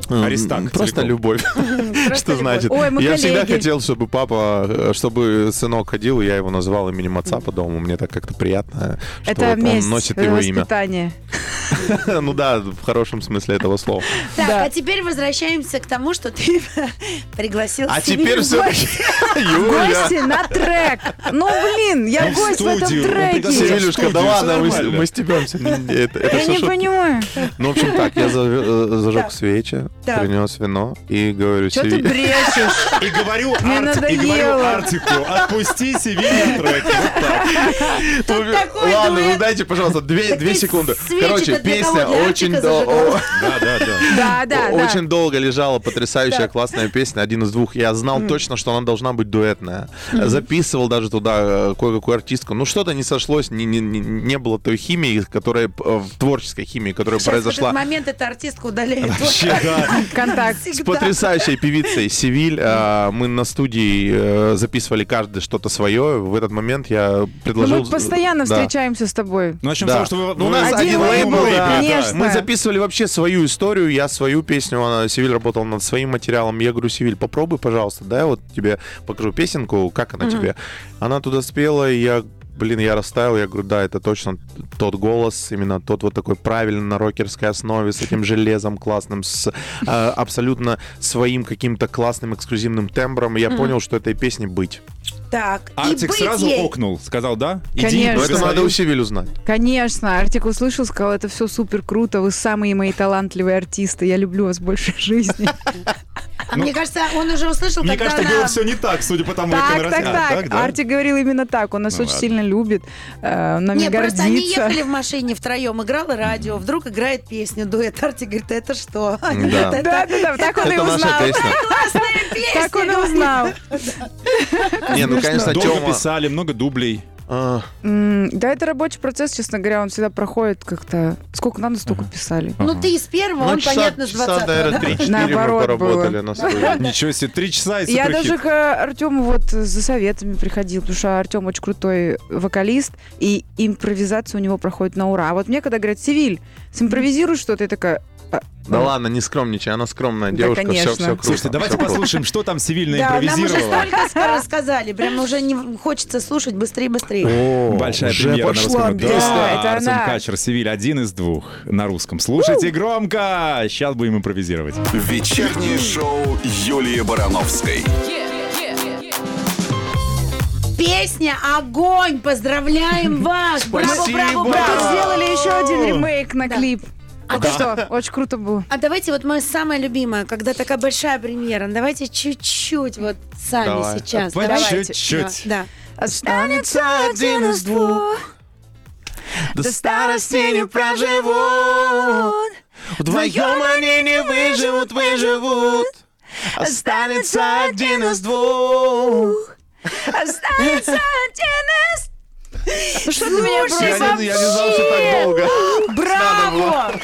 Speaker 3: Аристак
Speaker 5: Ну, Просто
Speaker 3: целиком.
Speaker 5: любовь. Что значит?
Speaker 4: Ой, мы
Speaker 5: Я всегда
Speaker 4: коллеги.
Speaker 5: хотел, чтобы папа, э, чтобы сынок ходил, и я его назвал именем отца по дому. Мне так как-то приятно, что
Speaker 4: Это
Speaker 5: вот он
Speaker 4: месть.
Speaker 5: носит
Speaker 4: э,
Speaker 5: его имя.
Speaker 4: Воспитание.
Speaker 5: Ну да, в хорошем смысле этого слова.
Speaker 2: Так,
Speaker 4: Да.
Speaker 2: а теперь возвращаемся к тому, что ты пригласил
Speaker 5: А
Speaker 2: Сибирь
Speaker 5: теперь
Speaker 2: в
Speaker 5: все...
Speaker 2: гости.
Speaker 5: Юля,
Speaker 4: Гости на трек. Ну, блин, я
Speaker 3: Ну, в
Speaker 4: гость в этом
Speaker 3: студию, ну, пригласили.
Speaker 4: треке.
Speaker 5: Севилюшка, да
Speaker 3: Всё
Speaker 5: ладно, мы с-
Speaker 3: нормально.
Speaker 5: мы стебемся. Это это
Speaker 4: Я
Speaker 5: всё
Speaker 4: не
Speaker 5: шутки.
Speaker 4: понимаю.
Speaker 5: Ну, в общем, так, я зажег, э, зажег
Speaker 2: Так.
Speaker 5: свечи,
Speaker 2: Так.
Speaker 5: принес вино и говорю
Speaker 4: Что
Speaker 5: Севе-
Speaker 4: ты брешешь?
Speaker 3: И говорю,
Speaker 4: Мне
Speaker 3: Арт- и говорю
Speaker 4: надоело.
Speaker 3: Артику, отпусти Севилью трек. Вот так.
Speaker 5: Ну,
Speaker 2: такой
Speaker 5: Ладно,
Speaker 2: дуэт.
Speaker 5: ну дайте, пожалуйста, две,
Speaker 2: Так
Speaker 5: две
Speaker 2: ты
Speaker 5: секунды.
Speaker 2: свечи-то
Speaker 5: Короче,
Speaker 2: для
Speaker 5: песня
Speaker 2: кого? Для
Speaker 5: очень
Speaker 2: Арчика
Speaker 5: дол-
Speaker 2: зажигала?
Speaker 3: Да, да, да.
Speaker 4: Да, да, да.
Speaker 5: Очень долго лежала, потрясающая, классная песня, один из двух. Я знал точно, что она должна быть дуэтная. Записывал даже туда э, кое-какую артистку. Ну, что-то не сошлось, не, не, не- не было той химии, которая э, в творческой химии, которая
Speaker 2: Сейчас в
Speaker 5: произошла.
Speaker 2: этот момент эта артистка удаляет.
Speaker 3: Вообще, да.
Speaker 4: Контакт.
Speaker 5: С
Speaker 2: Всегда.
Speaker 5: потрясающей певицей Севиль. э, Мы на студии э, записывали каждый что-то свое. В этот момент я
Speaker 4: Ну,
Speaker 5: предложил...
Speaker 4: Мы постоянно
Speaker 5: Да.
Speaker 4: встречаемся с тобой.
Speaker 3: Ну, начнем с
Speaker 5: э, Да.
Speaker 3: того, что вы...
Speaker 5: Ну, у
Speaker 3: вы-
Speaker 5: нас
Speaker 4: Один один лейбл, лейбл, да. конечно.
Speaker 5: Мы записывали вообще свою историю, я свою песню, она, Севиль работал над своим материалом. Я говорю, Севиль, попробуй, пожалуйста, да, я вот тебе покажу песенку, как она тебе. Она туда спела, и я, блин, я расставил, я говорю, да, это точно тот голос, именно тот вот такой правильный на рокерской основе, с этим железом классным, с э, абсолютно своим каким-то классным эксклюзивным тембром. И я понял, что этой песне быть.
Speaker 2: Так, и
Speaker 3: Артик
Speaker 2: быть
Speaker 3: сразу
Speaker 2: ей.
Speaker 3: окнул, сказал, да?
Speaker 4: Конечно.
Speaker 5: Но это
Speaker 3: благослови.
Speaker 5: надо у Севиль узнать.
Speaker 4: Конечно, Артик услышал, сказал, это все супер круто, вы самые мои талантливые артисты, я люблю вас больше жизни.
Speaker 2: А Мне кажется, он уже услышал,
Speaker 3: Мне
Speaker 2: когда
Speaker 3: кажется,
Speaker 2: она-
Speaker 3: было все не так, судя по тому, как он
Speaker 4: Ну, Так,
Speaker 3: рас-
Speaker 4: так,
Speaker 3: А,
Speaker 4: так,
Speaker 3: да?
Speaker 4: Артик говорил именно так, он нас
Speaker 3: Ну
Speaker 4: очень
Speaker 3: ладно.
Speaker 4: сильно любит, э, он нами
Speaker 2: Не, просто они
Speaker 4: гордится.
Speaker 2: ехали в машине втроем, играло радио, вдруг играет песню дуэт. Артик говорит, это что?
Speaker 5: Да.
Speaker 2: Это
Speaker 4: Да, да, да, так он и
Speaker 5: Это наша
Speaker 4: узнал.
Speaker 5: песня.
Speaker 2: классная песня.
Speaker 4: Так он и
Speaker 2: говорит.
Speaker 4: узнал.
Speaker 5: Не, ну, конечно,
Speaker 3: Долго
Speaker 5: Тёма...
Speaker 3: писали, много дублей.
Speaker 5: а,
Speaker 4: М, Да, это рабочий процесс, честно говоря, он всегда проходит как-то. Сколько надо, столько писали.
Speaker 2: Ну ты из первого,
Speaker 5: Ну,
Speaker 2: он,
Speaker 5: часа-
Speaker 2: понятно, с
Speaker 5: часа,
Speaker 2: 20
Speaker 5: наверное, 3-4
Speaker 4: Наоборот
Speaker 5: мы поработали на студии.
Speaker 3: Ничего себе, три часа и
Speaker 4: Я
Speaker 3: суперхит.
Speaker 4: даже к э, Артему вот э, за советами приходил, потому что Артем очень крутой вокалист, и импровизация у него проходит на ура. А вот мне когда говорят, Севиль, симпровизируй что-то, я такая... «А,
Speaker 5: Да
Speaker 4: ну,
Speaker 5: ладно, не скромничай, она скромная
Speaker 4: Да,
Speaker 5: девушка, все,
Speaker 4: конечно.
Speaker 5: все круто.
Speaker 3: Слушайте, давайте
Speaker 5: всё круто.
Speaker 3: послушаем, что там Севильна
Speaker 2: Да, нам уже
Speaker 3: импровизировала.
Speaker 2: столько рассказали, прям уже не хочется слушать быстрее, быстрее.
Speaker 5: О,
Speaker 3: Большая
Speaker 5: уже
Speaker 3: премьера на
Speaker 5: пошла
Speaker 3: русском.
Speaker 5: песня.
Speaker 4: Да, это
Speaker 3: Артем
Speaker 4: она.
Speaker 3: Качер, Севиль, один из двух на русском. Слушайте громко! Сейчас будем импровизировать.
Speaker 1: Вечернее шоу Юлии Барановской.
Speaker 2: Песня «Огонь». Поздравляем вас. Браво, браво,
Speaker 4: Мы «Ну, тут
Speaker 2: браво.
Speaker 4: сделали еще один ремейк на клип. А что, очень круто было.
Speaker 2: А давайте вот моя самая любимая, когда такая большая премьера. Давайте чуть-чуть вот сами
Speaker 5: Давай.
Speaker 2: сейчас.
Speaker 3: Вот
Speaker 2: Давайте.
Speaker 3: чуть-чуть.
Speaker 2: Да.
Speaker 4: Останется
Speaker 5: один из двух. До старости не проживут. Вдвоем они не выживут, выживут. Останется один из двух.
Speaker 4: Останется один из... Ну что ты меня
Speaker 5: Я
Speaker 4: бросил?
Speaker 5: не, я не знал, что так долго. Надо было.
Speaker 2: Браво!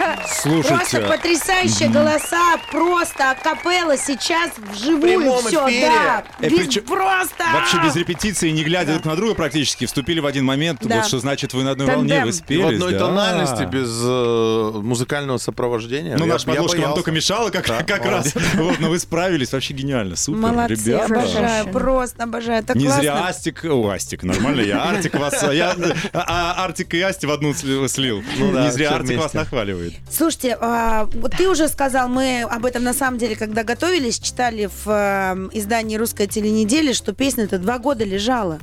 Speaker 2: Просто
Speaker 3: Слушайте,
Speaker 2: потрясающие голоса, просто акапелла сейчас вживую
Speaker 5: прямом
Speaker 2: все,
Speaker 5: эфире.
Speaker 2: да.
Speaker 3: Э,
Speaker 2: Без-
Speaker 3: причем-
Speaker 2: Просто!
Speaker 3: вообще без репетиции, не глядя друг на друга практически, вступили в один момент.
Speaker 2: А! Да.
Speaker 3: Вот что значит, вы на одной
Speaker 4: Тандем.
Speaker 3: волне, вы
Speaker 4: В
Speaker 5: В
Speaker 3: спелись.
Speaker 5: одной
Speaker 3: да.
Speaker 5: тональности, без э, музыкального сопровождения.
Speaker 3: Ну,
Speaker 5: Я-
Speaker 3: наша
Speaker 5: я
Speaker 3: подложка вам
Speaker 5: боялся.
Speaker 3: только мешала как, как раз.
Speaker 5: молодцы.
Speaker 3: Вот, но вы справились. Вообще гениально. Супер,
Speaker 2: Молодцы,
Speaker 3: ребята.
Speaker 2: обожаю,
Speaker 4: Вообще.
Speaker 2: просто обожаю. Так
Speaker 3: Не
Speaker 2: классно.
Speaker 3: зря Астик... О, Астик, нормально. Я Артик вас... Я, а, а, Артик и Асти в одну сли- слил.
Speaker 5: Ну да,
Speaker 3: не зря
Speaker 5: всё
Speaker 3: Артик вас
Speaker 5: вместе.
Speaker 3: нахваливает.
Speaker 2: Слушайте, а, вот ты уже сказал, мы об этом на самом деле, когда готовились, читали в э, издании «Русская теленеделя», что песня-то два года лежала.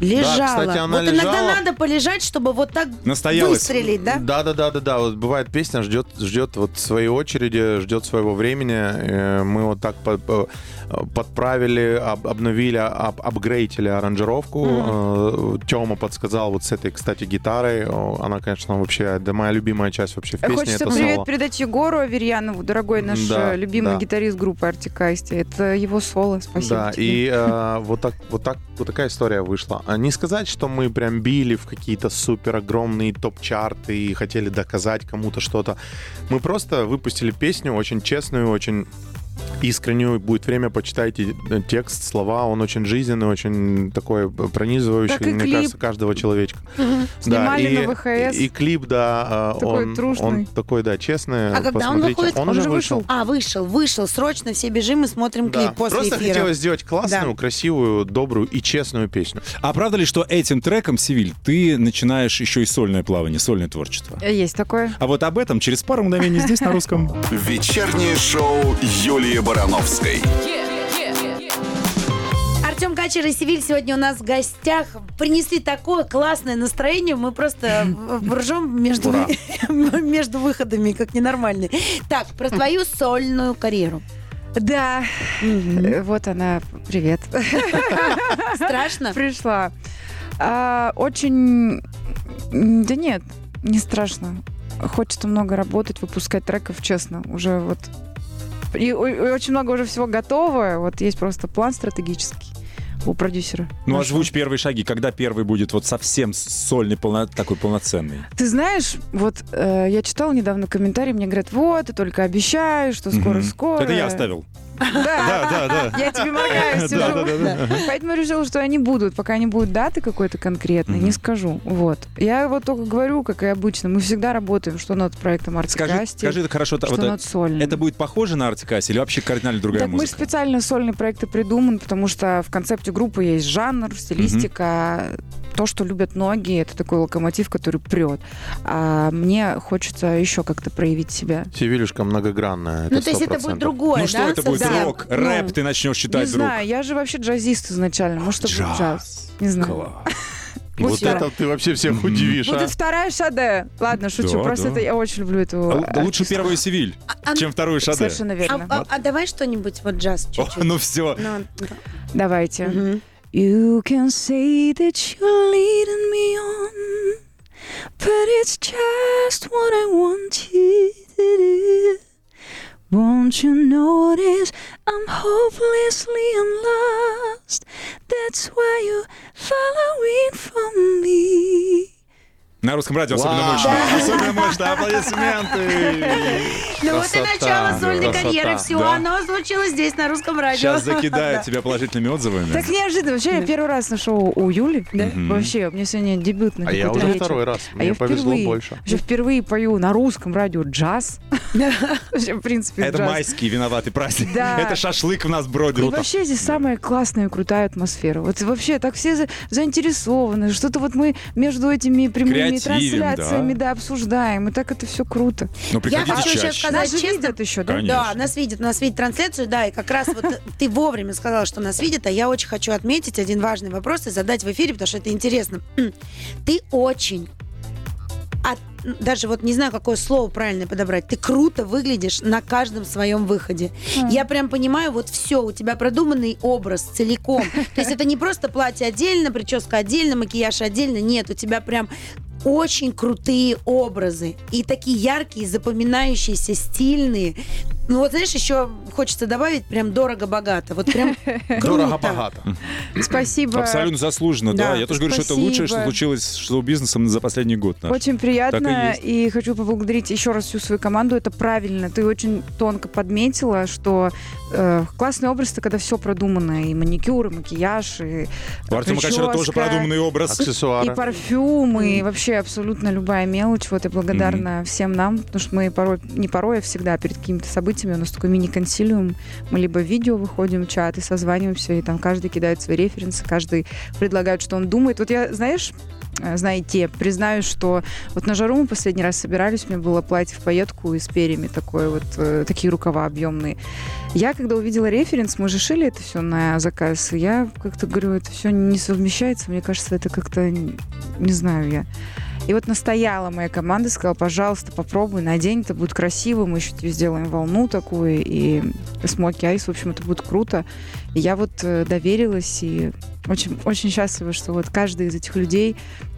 Speaker 2: Лежала.
Speaker 5: кстати, она
Speaker 2: вот иногда
Speaker 5: лежала.
Speaker 2: надо полежать, чтобы вот так
Speaker 3: Настоялась.
Speaker 2: выстрелить, да?
Speaker 5: Да, да, да, да, да. Вот бывает песня ждет, ждет вот своей очереди, ждет своего времени. Э, Мы вот так по- по- подправили, об- обновили, об- апгрейдили аранжировку. Тема подсказал вот с этой, кстати, гитарой. О, Она, конечно, вообще это моя любимая часть вообще в песне.
Speaker 4: Э, Хочется
Speaker 5: это
Speaker 4: привет
Speaker 5: соло.
Speaker 4: передать Егору Аверьянову, дорогой наш
Speaker 5: Да,
Speaker 4: э, любимый
Speaker 5: да.
Speaker 4: гитарист группы Артикасти. Это его соло, спасибо
Speaker 5: Да,
Speaker 4: тебе.
Speaker 5: и э, вот так, вот так, вот такая история вышла. А не сказать, что мы прям били в какие-то супер огромные топ-чарты и хотели доказать кому-то что-то. Мы просто выпустили песню очень честную, очень искреннюю. Будет время, почитайте э, текст, слова. Он очень жизненный, очень такой э, пронизывающий,
Speaker 4: Так и
Speaker 5: мне
Speaker 4: клип.
Speaker 5: кажется, каждого человечка.
Speaker 4: Снимали
Speaker 5: и,
Speaker 4: на ВХС.
Speaker 5: И, клип, да, э,
Speaker 4: Такой
Speaker 5: он,
Speaker 4: трушный.
Speaker 5: он такой, да, честный.
Speaker 2: А когда он
Speaker 5: Посмотрите.
Speaker 2: выходит?
Speaker 5: Он,
Speaker 4: Он
Speaker 5: уже
Speaker 4: же
Speaker 5: вышел.
Speaker 2: А, вышел, вышел. Срочно все бежим и смотрим
Speaker 5: Да.
Speaker 2: клип после
Speaker 5: Просто
Speaker 2: эфира.
Speaker 5: хотелось сделать классную,
Speaker 2: Да.
Speaker 5: красивую, добрую и честную песню.
Speaker 3: А правда ли, что этим треком, Сивиль, ты начинаешь еще и сольное плавание, сольное творчество?
Speaker 4: Э, Есть такое.
Speaker 3: А вот об этом через пару мгновений здесь на русском.
Speaker 1: Вечернее шоу Юлии Барановской.
Speaker 2: Артем Качер и Севиль сегодня у нас в гостях. Принесли такое классное настроение. Мы просто э, в- ржем между,
Speaker 3: Ура.
Speaker 2: между выходами, как ненормальные. Так, про твою сольную карьеру.
Speaker 4: Да, Э, вот она. Привет.
Speaker 2: Страшно?
Speaker 4: Пришла. А, Очень... м, Да нет, не страшно. Хочется много работать, выпускать треков, честно. Уже вот... И о- и очень много уже всего готово. Вот есть просто план стратегический у продюсера.
Speaker 3: Ну,
Speaker 4: нашего.
Speaker 3: озвучь первые шаги. Когда первый будет вот совсем сольный, полно- такой полноценный?
Speaker 4: Ты знаешь, вот э, я читала недавно комментарии, мне говорят, вот, ты только обещаешь, что скоро-скоро.
Speaker 3: Это я оставил.
Speaker 4: Да,
Speaker 3: да,
Speaker 4: я тебе моргаю, сижу. Поэтому я решила, что они будут. Пока не будет даты какой-то конкретной,
Speaker 3: Мгм.
Speaker 4: не скажу. Вот. Я вот только говорю, как и обычно, мы всегда работаем, что над проектом
Speaker 3: Скажи,
Speaker 4: Артикасти,
Speaker 3: скажи, это хорошо. та-
Speaker 4: что
Speaker 3: вот это-
Speaker 4: над сольным.
Speaker 3: это будет похоже на Артикасе или вообще кардинально другая
Speaker 4: так мы же
Speaker 3: музыка?
Speaker 4: специально сольный проект и придуман, потому что в концепте группы есть жанр, стилистика, то, что любят ноги, это такой локомотив, который прет. А мне хочется еще как-то проявить себя.
Speaker 5: Севилюшка многогранная. Это
Speaker 2: Ну, то есть это
Speaker 5: 100%.
Speaker 2: будет другое,
Speaker 3: ну
Speaker 2: да?
Speaker 3: что это будет?
Speaker 2: совсем?
Speaker 3: Рок,
Speaker 2: Ну,
Speaker 3: рэп, ты начнешь читать
Speaker 4: не
Speaker 3: вдруг.
Speaker 4: знаю, я же вообще джазист изначально. Может, это будет джаз. Не знаю.
Speaker 3: Класс.
Speaker 5: Вот
Speaker 4: Пусть я-
Speaker 5: это ты вообще всех удивишь, а?
Speaker 4: Будет вторая Шаде. Ладно, шучу.
Speaker 3: Да,
Speaker 4: Просто
Speaker 3: да.
Speaker 4: это я очень люблю
Speaker 3: А
Speaker 4: эту.
Speaker 3: лу- да Лучше
Speaker 4: артистку.
Speaker 3: первую Севиль,
Speaker 2: а-
Speaker 3: чем вторую Шаде.
Speaker 4: ну, Совершенно
Speaker 2: А,
Speaker 4: верно.
Speaker 2: а- а давай что-нибудь вот джаз
Speaker 3: О,
Speaker 2: чуть-чуть.
Speaker 3: ну все.
Speaker 2: Ну,
Speaker 4: Давайте.
Speaker 2: мгм.
Speaker 4: You can say that you're leading me on, but it's just what I want you to do. Won't you notice I'm hopelessly and lost? That's why you're following from me.
Speaker 3: На русском радио особенно
Speaker 5: Вау.
Speaker 3: мощно. Особенно мощно. Аплодисменты.
Speaker 2: Ну, вот и
Speaker 5: Красота,
Speaker 2: начало сольной
Speaker 5: красота,
Speaker 2: карьеры. Все,
Speaker 3: да.
Speaker 2: оно случилось здесь, на русском радио.
Speaker 3: Сейчас закидают тебя положительными отзывами.
Speaker 4: Так неожиданно. Вообще, я первый раз на шоу у Юли.
Speaker 3: Мгм.
Speaker 4: Вообще, мне сегодня дебютный
Speaker 5: А я
Speaker 4: какой-то
Speaker 5: уже
Speaker 4: вечер.
Speaker 5: второй раз.
Speaker 4: А
Speaker 5: Мне
Speaker 4: я
Speaker 5: повезло
Speaker 4: впервые,
Speaker 5: больше.
Speaker 4: Вообще впервые пою на русском радио джаз. Вообще, в принципе,
Speaker 3: Это
Speaker 4: джаз.
Speaker 3: майский виноватый праздник.
Speaker 4: Да.
Speaker 3: Это шашлык у нас
Speaker 4: И
Speaker 3: бродил.
Speaker 4: вообще здесь самая классная и крутая атмосфера. Вот вообще так все за- заинтересованы. Что-то вот мы между этими прямыми
Speaker 3: Креативим,
Speaker 4: трансляциями да. обсуждаем. И так это все круто.
Speaker 3: Ну,
Speaker 2: Я хочу
Speaker 3: приходите
Speaker 2: еще
Speaker 3: чаще.
Speaker 2: сказать
Speaker 4: Нас же
Speaker 2: честно-
Speaker 4: видят еще, да?
Speaker 3: Конечно.
Speaker 2: Да, нас видят, нас видят трансляцию, да, и как раз вот ты вовремя сказала, что нас видят, а я очень хочу отметить один важный вопрос и задать в эфире, потому что это интересно. Ты очень от- А, даже вот не знаю, какое слово правильно подобрать. Ты круто выглядишь на каждом своем выходе. Я прям понимаю, вот все, у тебя продуманный образ целиком. То есть это не просто платье отдельно, прическа отдельно, макияж отдельно. Нет, у тебя прям очень крутые образы. И такие яркие, запоминающиеся, стильные. Ну вот знаешь, еще хочется добавить прям дорого-богато. Вот прям круто.
Speaker 5: Дорого-богато.
Speaker 4: Спасибо.
Speaker 3: Абсолютно заслуженно, да.
Speaker 2: Да,
Speaker 3: Я тоже говорю, что это
Speaker 4: спасибо.
Speaker 3: лучшее, что случилось с шоу-бизнесом за последний год наш.
Speaker 4: Очень приятно,
Speaker 3: Так
Speaker 4: и, хочу поблагодарить еще раз всю свою команду. Это правильно. Ты очень тонко подметила, что э, классный образ это когда все продумано. И маникюр, и макияж, и
Speaker 3: У Артема Качера тоже
Speaker 4: прическа.
Speaker 3: продуманный образ.
Speaker 5: Аксессуары.
Speaker 4: И парфюм, и вообще абсолютно любая мелочь. Вот я благодарна всем нам, потому что мы порой, не порой, а всегда перед какими-то событиями у нас такой мини-консилиум. Мы либо в видео выходим в чат и созваниваемся, и там каждый кидает свои референсы, каждый предлагает, что он думает. Вот я, знаешь, э, знаете, признаюсь, что вот на жару мы последний раз собирались, у меня было платье в пайетку и с перьями такое вот, э, такие рукава объемные. Я, когда увидела референс, мы же шили это все на заказ, и я как-то говорю, это все не совмещается, мне кажется, это как-то не знаю я. И вот настояла моя команда, сказала, пожалуйста, попробуй, надень, это будет красиво, мы еще тебе сделаем волну такую, и смоки айс, в общем, это будет круто. И я вот э, доверилась, и очень, очень счастлива, что вот каждый из этих людей,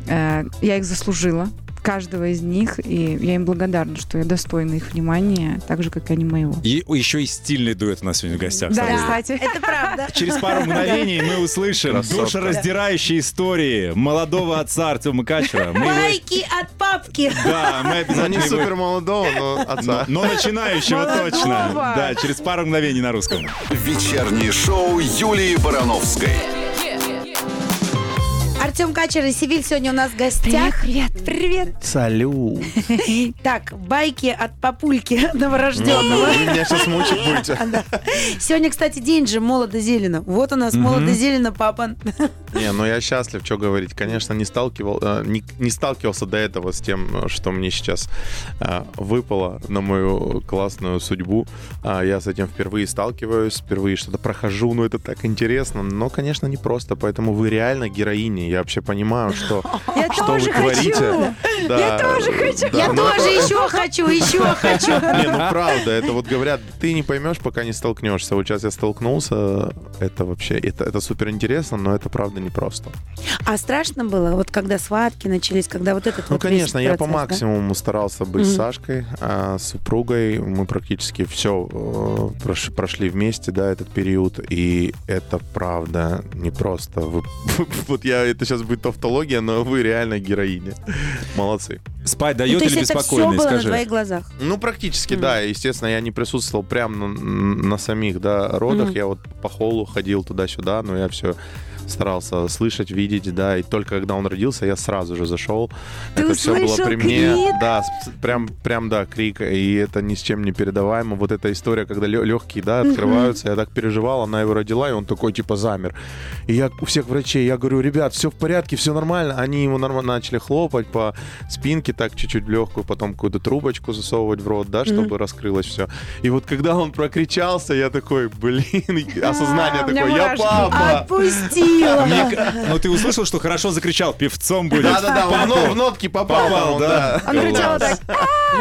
Speaker 4: э, я их заслужила, каждого из них, и я им благодарна, что я достойна их внимания, так же, как и они моего.
Speaker 3: И еще и стильный дуэт у нас сегодня в гостях.
Speaker 4: Да,
Speaker 3: Саша.
Speaker 4: кстати.
Speaker 2: Это правда.
Speaker 3: Через пару мгновений мы услышим
Speaker 5: Красотка.
Speaker 3: душераздирающие истории молодого отца Артема Качера. Мы его-
Speaker 2: Майки от папки.
Speaker 3: Да, мы
Speaker 5: Ну, не
Speaker 3: обязательно его-
Speaker 5: супер молодого, но
Speaker 3: но,
Speaker 5: отца.
Speaker 3: Ну, но начинающего
Speaker 4: Молодого.
Speaker 3: точно. Да, через пару мгновений на русском.
Speaker 1: Вечернее шоу Юлии Барановской.
Speaker 2: Артем Качер и Сивиль сегодня у нас в гостях. Привет, привет.
Speaker 5: Салют.
Speaker 2: Так, байки от папульки новорожденного.
Speaker 5: ну, Вы меня сейчас мучить будете.
Speaker 2: Сегодня, кстати, день же молодо-зелено. Вот у нас молодо-зелено, папа.
Speaker 5: Не, ну я счастлив, что говорить. Конечно, не, сталкивал, э, не, не сталкивался до этого с тем, э, что мне сейчас э, выпало на мою классную судьбу. А я с этим впервые сталкиваюсь, впервые что-то прохожу, ну это так интересно. Но, конечно, не просто, поэтому вы реально героини. Я вообще понимаю, что,
Speaker 4: Я
Speaker 5: что вы говорите. ну Я тоже хочу.
Speaker 2: Я тоже еще хочу, еще хочу.
Speaker 5: Не, ну правда, это вот говорят, ты не поймешь, пока не столкнешься. Вот сейчас я столкнулся, это вообще, это, это супер интересно, но это правда непросто.
Speaker 2: А страшно было, вот когда схватки начались, когда вот этот
Speaker 5: Ну,
Speaker 2: вот весь
Speaker 5: конечно, я по
Speaker 2: процесс, да?
Speaker 5: максимуму старался быть с Сашкой, а с супругой. Мы практически все прошли вместе, да, этот период. И это правда непросто. Вы- Вот я, это сейчас будет тавтология, но вы реально героини. Молодцы.
Speaker 3: Спать
Speaker 2: Ну,
Speaker 3: дает
Speaker 2: то
Speaker 3: или
Speaker 2: есть это все
Speaker 3: беспокойный,
Speaker 2: было на
Speaker 3: скажи?
Speaker 2: твоих глазах.
Speaker 5: Ну, практически,
Speaker 2: Мгм.
Speaker 5: да. Естественно, я не присутствовал прямо на, на самих да, родах.
Speaker 2: Мгм.
Speaker 5: Я вот по холлу ходил туда-сюда, но я все старался слышать, видеть, да. И только когда он родился, я сразу же зашел.
Speaker 4: Ты
Speaker 5: это все было
Speaker 4: услышал
Speaker 5: при мне.
Speaker 4: крик?
Speaker 5: Да, с- прям, прям, да, крик. И это ни с чем не передаваемо. Вот эта история, когда легкие, да, открываются. Я так переживал, она его родила, и он такой, типа, замер. И я у всех врачей, я говорю, ребят, все в порядке, все нормально. Они ему нормально начали хлопать по спинке, так чуть-чуть в легкую, потом какую-то трубочку засовывать в рот, да, чтобы раскрылось все. И вот когда он прокричался, я такой, блин, и осознание
Speaker 4: А, у меня
Speaker 5: такое, я
Speaker 4: мурашки.
Speaker 5: папа.
Speaker 2: Отпустила.
Speaker 3: Ну, ты услышал, что хорошо закричал, певцом будет.
Speaker 5: Да-да-да, он ну, в но- в нотки попал,
Speaker 3: Попал,
Speaker 5: он,
Speaker 3: да.
Speaker 4: Он кричал вот так.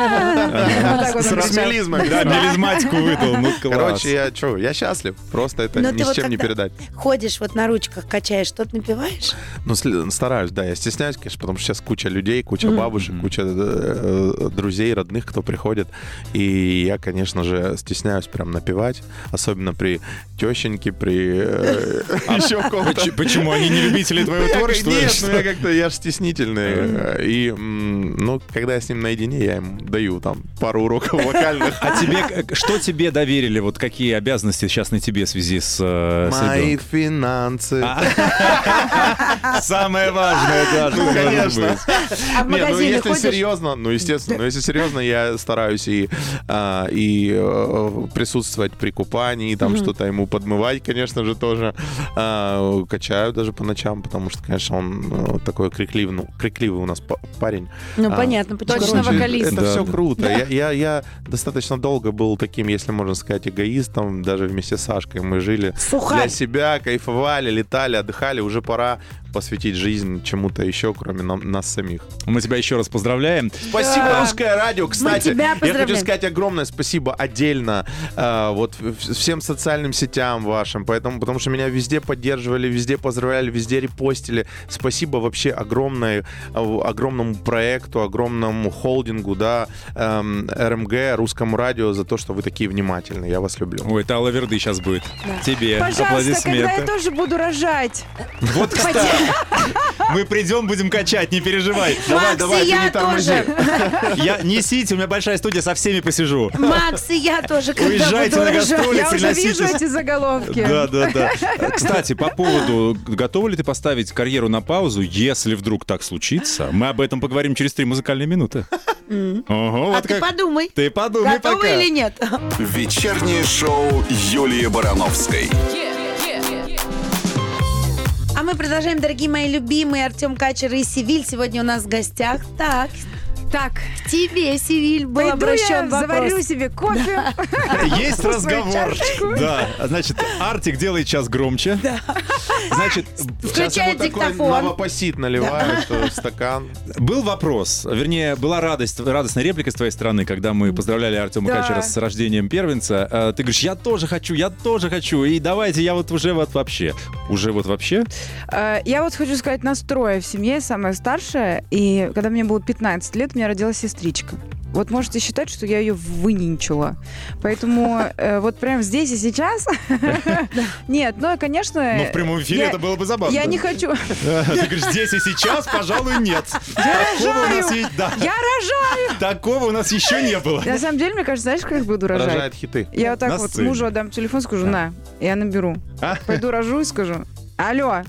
Speaker 4: «А-а-а». Вот так вот
Speaker 5: С
Speaker 4: он кричал.
Speaker 5: рамелизмом.
Speaker 3: Да, мелизматику выдал, ну класс.
Speaker 5: Короче, я что, я счастлив. Просто это
Speaker 2: Но
Speaker 5: ни
Speaker 2: ты
Speaker 5: с
Speaker 2: вот
Speaker 5: чем не
Speaker 2: когда
Speaker 5: передать.
Speaker 2: Ходишь вот на ручках, качаешь, что-то напиваешь?
Speaker 5: Ну, сли- стараюсь, да, я стесняюсь, конечно, потому что сейчас куча людей, куча бабушек, куча э, э, друзей, родных, кто приходит. И я, конечно же, стесняюсь прям напевать, особенно при тещеньке, при э, еще ком-то.
Speaker 3: Поч- Почему они не любители твоего
Speaker 5: Я как-
Speaker 3: творчества? или
Speaker 5: Нет,
Speaker 3: что?
Speaker 5: ну я как-то, я ж стеснительный. э, И, м, ну, когда я с ним наедине, я ему даю там пару уроков вокальных.
Speaker 3: А тебе, к- что тебе доверили, вот какие обязанности сейчас на тебе в связи с, э, с
Speaker 5: Мои
Speaker 3: ребенком?
Speaker 5: финансы.
Speaker 4: А,
Speaker 3: Самое важное, да, что
Speaker 5: Ну,
Speaker 3: может
Speaker 5: конечно.
Speaker 3: быть.
Speaker 2: А в
Speaker 5: Не, ну
Speaker 2: магазины
Speaker 5: если
Speaker 2: ходишь?
Speaker 5: серьезно, ну естественно, но если серьезно, я стараюсь и, а, и э, присутствовать при купании, там что-то ему подмывать, конечно же, тоже А, качаю даже по ночам, потому что, конечно, он э, такой крикливый, ну, крикливый у нас па- парень.
Speaker 2: Ну,
Speaker 5: А,
Speaker 2: понятно, почему.
Speaker 4: Точно
Speaker 5: Короче,
Speaker 4: вокалист.
Speaker 5: Это
Speaker 3: Да,
Speaker 5: все
Speaker 3: да.
Speaker 5: круто. Я, я, я достаточно долго был таким, если можно сказать, эгоистом. Даже вместе с Сашкой мы жили для
Speaker 2: Сухарь.
Speaker 5: себя, кайфовали, летали, отдыхали. Уже пора посвятить жизнь чему-то еще, кроме нам- нас самих.
Speaker 3: Мы тебя еще раз поздравляем.
Speaker 5: Спасибо, русское радио. Кстати,
Speaker 2: тебя
Speaker 5: я
Speaker 2: поздравляем.
Speaker 5: хочу сказать огромное спасибо отдельно э, вот в- всем социальным сетям вашим, поэтому, потому что меня везде поддерживали, везде поздравляли, везде репостили. Спасибо вообще огромное, э, огромному проекту, огромному холдингу, да, эм, РМГ, русскому радио за то, что вы такие внимательные. Я вас люблю.
Speaker 3: Ой, это Алла Верды сейчас будет. Тебе
Speaker 4: Пожалуйста, когда я
Speaker 3: аплодисменты.
Speaker 4: тоже буду рожать.
Speaker 3: Вот, кстати, мы придем, будем качать, не переживай.
Speaker 2: Макс и я тоже.
Speaker 3: Я, несите, у меня большая студия, со всеми посижу.
Speaker 2: Макс и я тоже, когда
Speaker 3: Уезжайте
Speaker 2: буду
Speaker 3: на
Speaker 2: рожать.
Speaker 3: гастроли.
Speaker 4: Я уже
Speaker 3: Согласитесь.
Speaker 4: вижу эти заголовки.
Speaker 3: Да, да, да. Кстати, по поводу, готовы ли ты поставить карьеру на паузу, если вдруг так случится? Мы об этом поговорим через три музыкальные минуты. Ого,
Speaker 2: А
Speaker 3: вот
Speaker 2: ты
Speaker 3: как.
Speaker 2: подумай,
Speaker 3: Ты подумай
Speaker 2: готова
Speaker 3: пока.
Speaker 2: или нет?
Speaker 1: Вечернее шоу Юлии Барановской.
Speaker 2: А мы продолжаем, дорогие мои любимые, Артем Качер и Сивиль сегодня у нас в гостях. Так,
Speaker 4: Так,
Speaker 2: К тебе, Сивиль, был
Speaker 4: пойду
Speaker 2: обращен
Speaker 4: я
Speaker 2: вопрос.
Speaker 4: заварю себе кофе.
Speaker 3: Есть
Speaker 4: Свою
Speaker 3: разговор. Да. Значит, Артик делает час громче. Значит,
Speaker 5: Сейчас ему
Speaker 2: Включает
Speaker 5: такой
Speaker 2: диктофон.
Speaker 5: новопосит наливают что в стакан.
Speaker 3: был вопрос, вернее, была радость, радостная реплика с твоей стороны, когда мы поздравляли Артема
Speaker 4: Да.
Speaker 3: Качера с рождением первенца. Э, Ты говоришь, я тоже хочу, я тоже хочу. И давайте я вот уже вот вообще. Уже вот вообще?
Speaker 4: Э, Я вот хочу сказать, нас трое в семье, я самая старшая, и когда мне было 15 лет, у меня родилась сестричка. Вот можете считать, что я ее выненчила. Поэтому э, вот прям здесь и сейчас... Нет, ну, и, конечно...
Speaker 3: Ну, в прямом эфире
Speaker 4: я-
Speaker 3: это было бы забавно.
Speaker 4: Я не хочу...
Speaker 3: Э, Ты говоришь, здесь и сейчас, пожалуй, нет. Такого у нас
Speaker 4: рожаю.
Speaker 3: есть- да,
Speaker 4: Я Э, рожаю!
Speaker 3: такого у нас еще не было.
Speaker 4: На самом деле, мне кажется, знаешь, как буду рожать?
Speaker 5: Рожает хиты.
Speaker 4: Я вот так
Speaker 3: На
Speaker 4: вот
Speaker 3: сцене.
Speaker 4: мужу отдам телефон, скажу, на, я наберу.
Speaker 3: А?
Speaker 4: Пойду рожу и скажу, алло,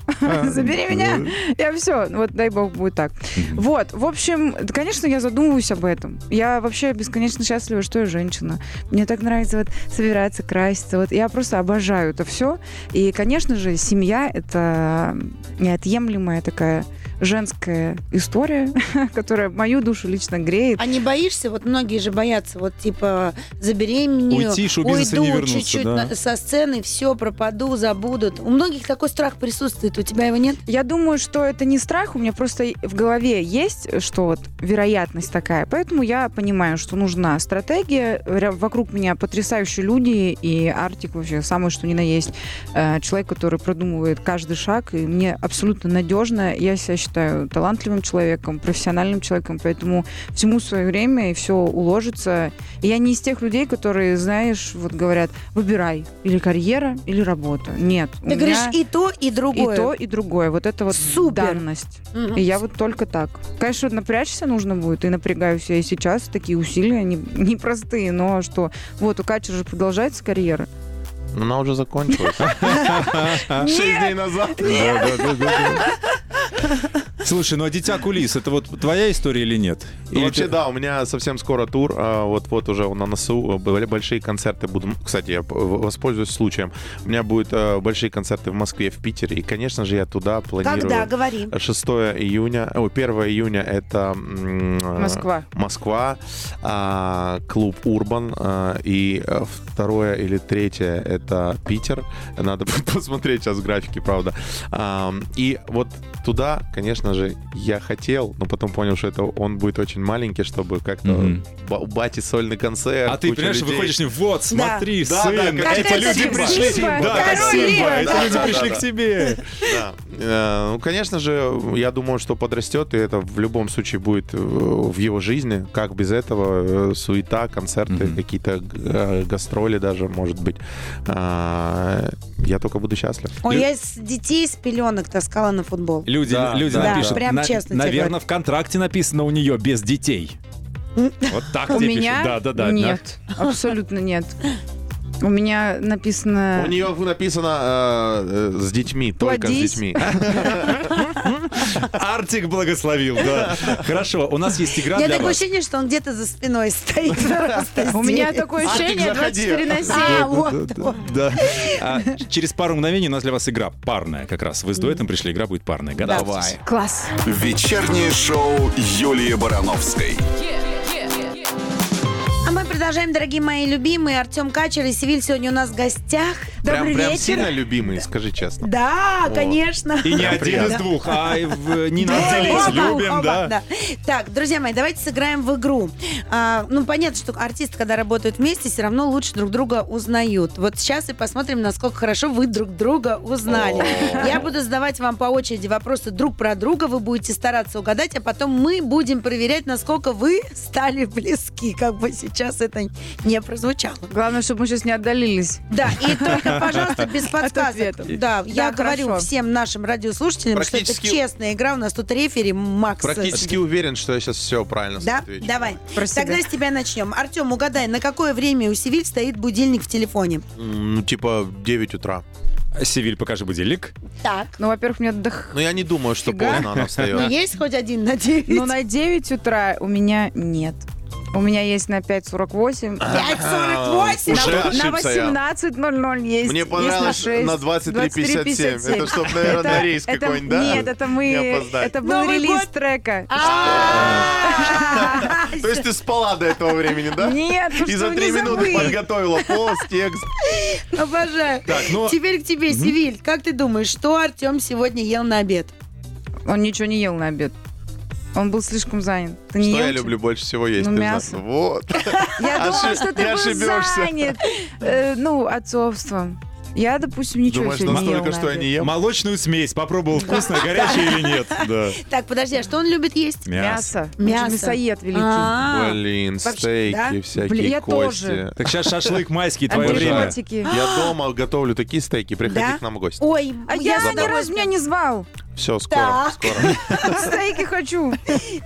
Speaker 4: забери
Speaker 3: Э,
Speaker 4: меня, я все. Вот дай бог будет так. Вот, в общем, да, конечно, я задумываюсь об этом. Я вообще бесконечно счастлива, что я женщина. Мне так нравится вот собираться, краситься. Вот я просто обожаю это все. И, конечно же, семья — это неотъемлемая такая женская история, которая мою душу лично греет.
Speaker 2: А не боишься, вот многие же боятся, вот типа забеременею,
Speaker 3: Уйти, шоу-бизнеса не
Speaker 2: уйду
Speaker 3: вернуться,
Speaker 2: чуть-чуть
Speaker 3: да.
Speaker 2: на- со сцены, все, пропаду, забудут. У многих такой страх присутствует, у тебя его нет?
Speaker 4: Я думаю, что это не страх, у меня просто и в голове есть, что вот вероятность такая. Поэтому я понимаю, что нужна стратегия. Ря- Вокруг меня потрясающие люди, и Артик вообще самый что ни на есть э, человек, который продумывает каждый шаг, и мне абсолютно надежно. Я себя считаю талантливым человеком, профессиональным человеком, поэтому всему свое время и все уложится. И я не из тех людей, которые, знаешь, вот говорят, выбирай или карьера, или работа. Нет. у
Speaker 2: Ты
Speaker 4: меня-
Speaker 2: говоришь и то, и другое.
Speaker 4: и то, и другое. Вот это вот
Speaker 2: Супер. Ну,
Speaker 4: данность.
Speaker 2: Мгм.
Speaker 4: И я вот только так. Конечно, напрячься нужно будет, и напрягаюсь я и сейчас. Такие усилия не- непростые, но что? Вот, у Качера же продолжается карьера.
Speaker 5: Но она уже закончилась. Шесть дней назад.
Speaker 3: Слушай, ну а дитя кулис, это вот твоя история или нет?
Speaker 5: Ну,
Speaker 3: Или
Speaker 5: вообще,
Speaker 3: ты-
Speaker 5: да, у меня совсем скоро тур. а, Вот-вот уже на носу. э, Были большие концерты буду. Кстати, я п- воспользуюсь случаем. У меня будут э, большие концерты в Москве, в Питере. И, конечно же, я туда
Speaker 2: Когда?
Speaker 5: планирую.
Speaker 2: Говори.
Speaker 3: а
Speaker 5: 6 июня, ой, 1 июня это м, э,
Speaker 4: Москва.
Speaker 5: Москва, а, клуб Урбан, а, и э, второе или третье это Питер. Надо будет посмотреть сейчас графики, правда. Ам, И вот туда, конечно же, я хотел, но потом понял, что это он будет очень маленький, чтобы как-то
Speaker 3: Мгм.
Speaker 5: ба- у бати сольный концерт.
Speaker 3: А ты,
Speaker 5: куча
Speaker 3: понимаешь,
Speaker 5: людей.
Speaker 3: выходишь, вот, смотри,
Speaker 5: Да,
Speaker 3: сын,
Speaker 5: да, как
Speaker 3: эти
Speaker 5: это
Speaker 3: люди
Speaker 5: Симба.
Speaker 3: пришли.
Speaker 4: Симба,
Speaker 3: Да, как
Speaker 4: король
Speaker 3: Симба,
Speaker 4: Лев.
Speaker 3: эти
Speaker 5: Да,
Speaker 3: люди
Speaker 5: да,
Speaker 3: пришли
Speaker 5: да,
Speaker 3: к тебе.
Speaker 5: Да. Э, Ну, конечно же, я думаю, что подрастет, и это в любом случае будет э, в его жизни. Как без этого? Э, Суета, концерты,
Speaker 3: Мгм.
Speaker 5: какие-то э, гастроли даже, может быть. А, Я только буду счастлив.
Speaker 2: Ой, я с детей с пеленок таскала на футбол.
Speaker 3: Люди,
Speaker 5: Да,
Speaker 3: люди
Speaker 5: да,
Speaker 3: напишут.
Speaker 2: да. Прям
Speaker 3: «На-
Speaker 2: честно тебе
Speaker 3: Наверное, в контракте написано у нее без детей. Вот так
Speaker 4: У
Speaker 3: тебе
Speaker 4: меня
Speaker 3: пишут. Да, да, да.
Speaker 4: нет. Абсолютно нет. У меня написано...
Speaker 2: Э.
Speaker 5: У нее написано э, э, с детьми, только с
Speaker 4: Плодись.
Speaker 5: детьми.
Speaker 3: Артик благословил, да. Хорошо, у нас есть игра
Speaker 2: У меня
Speaker 3: для
Speaker 2: такое
Speaker 3: вас.
Speaker 2: ощущение, что он где-то за спиной стоит. просто
Speaker 4: У меня
Speaker 2: здесь.
Speaker 4: такое ощущение 24 на 7.
Speaker 2: А, вот.
Speaker 3: Да. А, через пару мгновений у нас для вас игра парная как раз. Вы с дуэтом пришли, игра будет парная. Готовьтесь.
Speaker 4: Класс.
Speaker 1: Вечернее шоу Юлии Барановской.
Speaker 2: А мы продолжаем, дорогие мои любимые. Артем Качер и Севиль сегодня у нас в гостях.
Speaker 5: Прям,
Speaker 2: Добрый
Speaker 5: прям
Speaker 2: вечер.
Speaker 5: сильно любимый, скажи честно.
Speaker 2: Да,
Speaker 5: О.
Speaker 2: конечно.
Speaker 3: И не один из
Speaker 5: приятно.
Speaker 3: двух, а и в- не
Speaker 2: Да,
Speaker 3: наделись,
Speaker 2: оба,
Speaker 3: любим,
Speaker 2: оба,
Speaker 3: да.
Speaker 2: Так, друзья мои, давайте сыграем в игру. А, ну, понятно, что артисты, когда работают вместе, все равно лучше друг друга узнают. Вот сейчас и посмотрим, насколько хорошо вы друг друга узнали. Я буду задавать вам по очереди вопросы друг про друга, вы будете стараться угадать, а потом мы будем проверять, насколько вы стали близки, как бы сейчас это не прозвучало.
Speaker 4: Главное, чтобы мы сейчас не отдалились.
Speaker 2: Да, и только, пожалуйста, без подсказок.
Speaker 4: ответов.
Speaker 2: Да, я
Speaker 4: Да,
Speaker 2: говорю
Speaker 4: хорошо.
Speaker 2: всем нашим радиослушателям, что это
Speaker 5: Практически-
Speaker 2: честная игра. У нас тут рефери Макс. э,
Speaker 5: Практически уверен, что я сейчас все правильно
Speaker 2: Да,
Speaker 5: отвечу.
Speaker 2: давай.
Speaker 4: Про себя.
Speaker 2: Тогда с тебя начнем. Артем, угадай, на какое время у Севиль стоит будильник в телефоне?
Speaker 5: М, Ну, типа 9 утра.
Speaker 3: Севиль, покажи будильник.
Speaker 2: Так.
Speaker 4: Ну, во-первых, мне отдых...
Speaker 5: Но я не думаю, что
Speaker 4: Фига.
Speaker 5: поздно она
Speaker 2: Ну,
Speaker 5: встает.
Speaker 2: есть хоть один, надеюсь.
Speaker 4: Ну, на 9 утра у меня нет. У меня есть на 5.48.
Speaker 2: А, 5.48!
Speaker 5: Уже
Speaker 4: На-
Speaker 5: ошибся
Speaker 4: На
Speaker 5: я.
Speaker 4: 18.00 есть.
Speaker 5: Мне
Speaker 4: есть
Speaker 5: понравилось
Speaker 4: на, 6.
Speaker 5: на 23.57. Это чтоб, наверное,
Speaker 4: Это-
Speaker 5: рейс
Speaker 4: это-
Speaker 5: какой-нибудь, да?
Speaker 4: Нет, это
Speaker 5: Не
Speaker 4: мы...
Speaker 5: опоздать.
Speaker 4: Это был
Speaker 2: Новый
Speaker 4: релиз
Speaker 2: год. А?
Speaker 4: трека.
Speaker 5: То есть ты спала до этого времени, да?
Speaker 4: Нет, ну
Speaker 5: И
Speaker 4: что
Speaker 5: за
Speaker 4: вы
Speaker 5: три
Speaker 4: не
Speaker 5: минуты
Speaker 4: забыли?
Speaker 5: подготовила пост, текст.
Speaker 2: Обожаю.
Speaker 3: ну-
Speaker 4: Типа,
Speaker 2: Теперь к тебе, Севиль. Как ты думаешь, что Артем сегодня ел на обед?
Speaker 4: Он ничего не ел на обед. Он был слишком занят. Ты не
Speaker 5: Что
Speaker 4: ел
Speaker 5: я
Speaker 4: чё-
Speaker 5: люблю больше всего есть,
Speaker 4: Ну,
Speaker 5: признаться.
Speaker 4: мясо.
Speaker 5: Вот.
Speaker 4: Я думала,
Speaker 5: Ошиб-
Speaker 4: что ты
Speaker 5: не
Speaker 4: был
Speaker 5: ошибешься.
Speaker 4: занят. э, Ну, отцовством. Я, допустим, ничего
Speaker 5: Думаешь,
Speaker 4: сегодня не ела
Speaker 5: настолько,
Speaker 4: на
Speaker 5: что я не
Speaker 4: обед.
Speaker 5: ем?
Speaker 3: Молочную смесь. Попробовал вкусно, горячее или нет. Да.
Speaker 2: Так, подожди, а что он любит есть?
Speaker 4: Мясо. Он же
Speaker 2: Мясо.
Speaker 4: Мясоед великий.
Speaker 2: А,
Speaker 5: Блин,
Speaker 2: Вообще,
Speaker 5: стейки,
Speaker 2: да?
Speaker 4: Блин,
Speaker 5: всякие
Speaker 4: я
Speaker 5: кости.
Speaker 4: тоже.
Speaker 3: Так сейчас шашлык майский, твое время.
Speaker 4: Антибиотики.
Speaker 5: Я дома готовлю такие стейки, приходи
Speaker 2: Да?
Speaker 5: к нам в гости.
Speaker 2: Ой,
Speaker 4: А я ни разу меня не звал.
Speaker 5: Все, скоро,
Speaker 2: Да.
Speaker 5: скоро.
Speaker 4: Стейки хочу.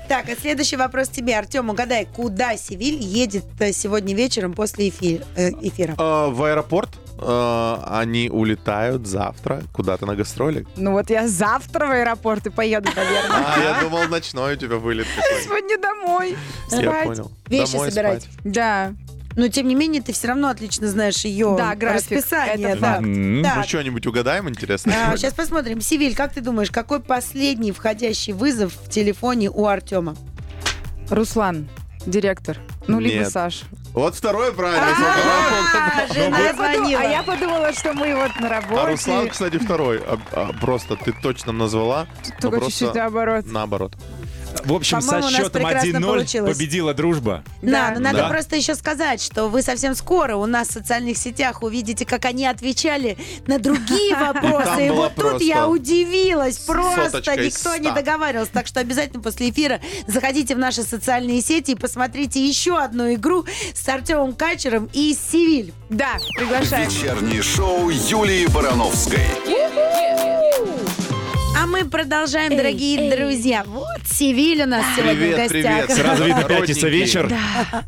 Speaker 2: Так, а следующий вопрос тебе, Артем. Угадай, куда Севиль едет э, сегодня вечером после эфи- э,
Speaker 4: А.
Speaker 2: эфира?
Speaker 5: Э, В аэропорт э, они улетают завтра куда-то на гастроли.
Speaker 4: Ну вот я завтра в аэропорт и поеду, наверное.
Speaker 5: А, я думал, ночной у тебя вылет какой
Speaker 4: Сегодня домой.
Speaker 5: Я
Speaker 4: Спать.
Speaker 5: понял.
Speaker 2: Вещи
Speaker 5: Домой
Speaker 2: собирать.
Speaker 5: спать.
Speaker 4: Да.
Speaker 2: Но, Ну, тем не менее, ты все равно отлично знаешь ее
Speaker 4: Да, график.
Speaker 2: расписание.
Speaker 4: Это
Speaker 2: да.
Speaker 4: факт.
Speaker 3: М,
Speaker 2: Так,
Speaker 5: Мы Ну, что-нибудь угадаем, интересно?
Speaker 4: А,
Speaker 5: сегодня?
Speaker 2: сейчас посмотрим. Севиль, как ты думаешь, какой последний входящий вызов в телефоне у Артема?
Speaker 4: Руслан, директор. Ну, либо
Speaker 5: Нет.
Speaker 4: Саш.
Speaker 5: Вот второе правильно.
Speaker 2: А,
Speaker 5: Ну,
Speaker 2: жена звонила.
Speaker 4: А я подумала, что мы вот на
Speaker 5: А
Speaker 4: работе.
Speaker 5: Руслан, кстати, второй. А, а, Просто ты точно назвала, но
Speaker 4: Только чуть-чуть
Speaker 5: просто
Speaker 4: наоборот.
Speaker 5: наоборот.
Speaker 3: В общем, со
Speaker 2: По-моему, у нас
Speaker 3: счетом
Speaker 2: прекрасно
Speaker 3: 1-0
Speaker 2: получилось.
Speaker 3: победила дружба.
Speaker 2: Да,
Speaker 4: Да.
Speaker 2: но надо
Speaker 5: Да.
Speaker 2: просто еще сказать, что вы совсем скоро у нас в социальных сетях увидите, как они отвечали на другие вопросы. И
Speaker 5: была
Speaker 2: вот тут
Speaker 5: просто
Speaker 2: я удивилась. Просто
Speaker 5: соточка из
Speaker 2: никто не
Speaker 5: ста.
Speaker 2: договаривался. Так что обязательно после эфира заходите в наши социальные сети и посмотрите еще одну игру с Артемом Качером и Сивиль.
Speaker 4: Да, приглашаем.
Speaker 1: Вечернее шоу Юлии Барановской.
Speaker 2: А мы продолжаем, дорогие друзья. Вот Севиль у нас сегодня в
Speaker 5: Привет,
Speaker 2: гостях.
Speaker 5: привет.
Speaker 3: Сразу видно, пятница
Speaker 5: Родненький.
Speaker 3: вечер.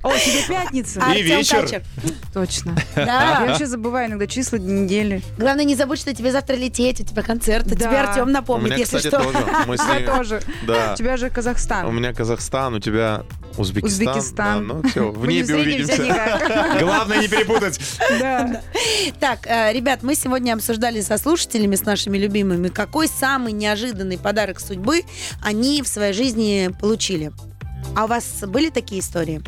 Speaker 4: О, тебе пятница?
Speaker 3: А- И
Speaker 2: Артем
Speaker 3: вечер.
Speaker 2: Качер.
Speaker 5: А.
Speaker 4: Точно. Я
Speaker 2: Да.
Speaker 4: вообще забываю иногда числа недели.
Speaker 2: Главное, не забудь, что тебе завтра лететь, у тебя концерт.
Speaker 4: Да.
Speaker 2: Тебе Артем
Speaker 5: У
Speaker 2: напомнит,
Speaker 5: меня,
Speaker 2: если
Speaker 5: кстати,
Speaker 2: что.
Speaker 5: тоже. Мы с ней-
Speaker 4: Я тоже.
Speaker 5: Да.
Speaker 4: У тебя же
Speaker 5: А. У
Speaker 4: Казахстан.
Speaker 5: меня Казахстан, у тебя Узбекистан.
Speaker 4: Узбекистан.
Speaker 5: Да, ну все, в
Speaker 4: Мы не
Speaker 5: небе
Speaker 4: встретимся
Speaker 5: увидимся.
Speaker 4: никак.
Speaker 3: Главное не перепутать.
Speaker 4: Да.
Speaker 2: Так, э, ребят, мы сегодня обсуждали со слушателями, с нашими любимыми, какой самый неожиданный подарок судьбы они в своей жизни получили. А у вас были такие истории?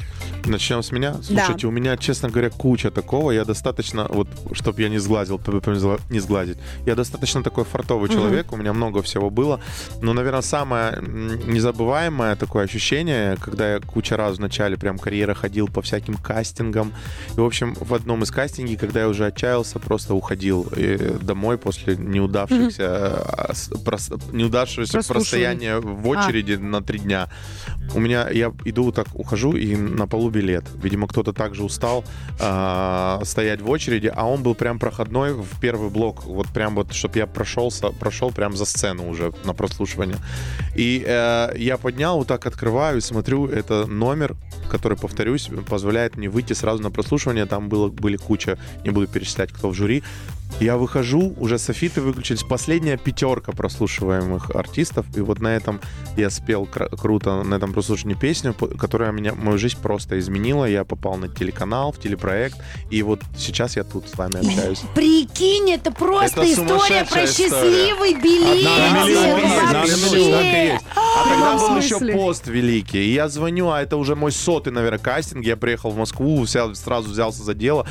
Speaker 5: Начнем с меня. Слушайте, у меня, честно говоря, куча такого. Я достаточно, вот, чтобы я не сглазил, п- п- зла- не сглазить. Я достаточно такой фартовый человек, у меня много всего было. Но, наверное, самое м, незабываемое такое ощущение, когда я куча раз в начале прям карьеры ходил по всяким кастингам. И, в общем, в одном из кастингов, когда я уже отчаялся, просто уходил э, домой после неудавшихся, э, с- прос- неудавшегося
Speaker 4: Прослушиваний.
Speaker 5: простояния в очереди на три дня. У меня, я иду так, ухожу, и на полу билет. Видимо, кто-то также устал а, стоять в очереди, а он был прям проходной в первый блок, вот прям вот, чтобы я прошелся, прошел прям за сцену уже на прослушивание. И э, я поднял, вот так открываю и смотрю, это номер, который, повторюсь, позволяет мне выйти сразу на прослушивание. Там было, были куча, не буду перечислять, кто в жюри. Я выхожу, уже софиты выключились. Последняя пятерка прослушиваемых артистов. И вот на этом я спел кра- круто, на этом прослушивании песню, п- которая меня, мою жизнь просто изменила. Я попал на телеканал, в телепроект. И вот сейчас я тут с вами общаюсь.
Speaker 2: Прикинь, это просто
Speaker 5: Это
Speaker 2: история про
Speaker 5: сумасшедшая
Speaker 2: счастливый
Speaker 3: Одна на
Speaker 2: билетик.
Speaker 3: миллион, одна на
Speaker 2: Вообще.
Speaker 3: миллион,
Speaker 5: так и есть. А тогда
Speaker 4: прямом
Speaker 5: был еще
Speaker 4: смысле.
Speaker 5: пост великий. И я звоню, а это уже мой сотый, наверное, кастинг. Я приехал в Москву, вся- сразу взялся за дело.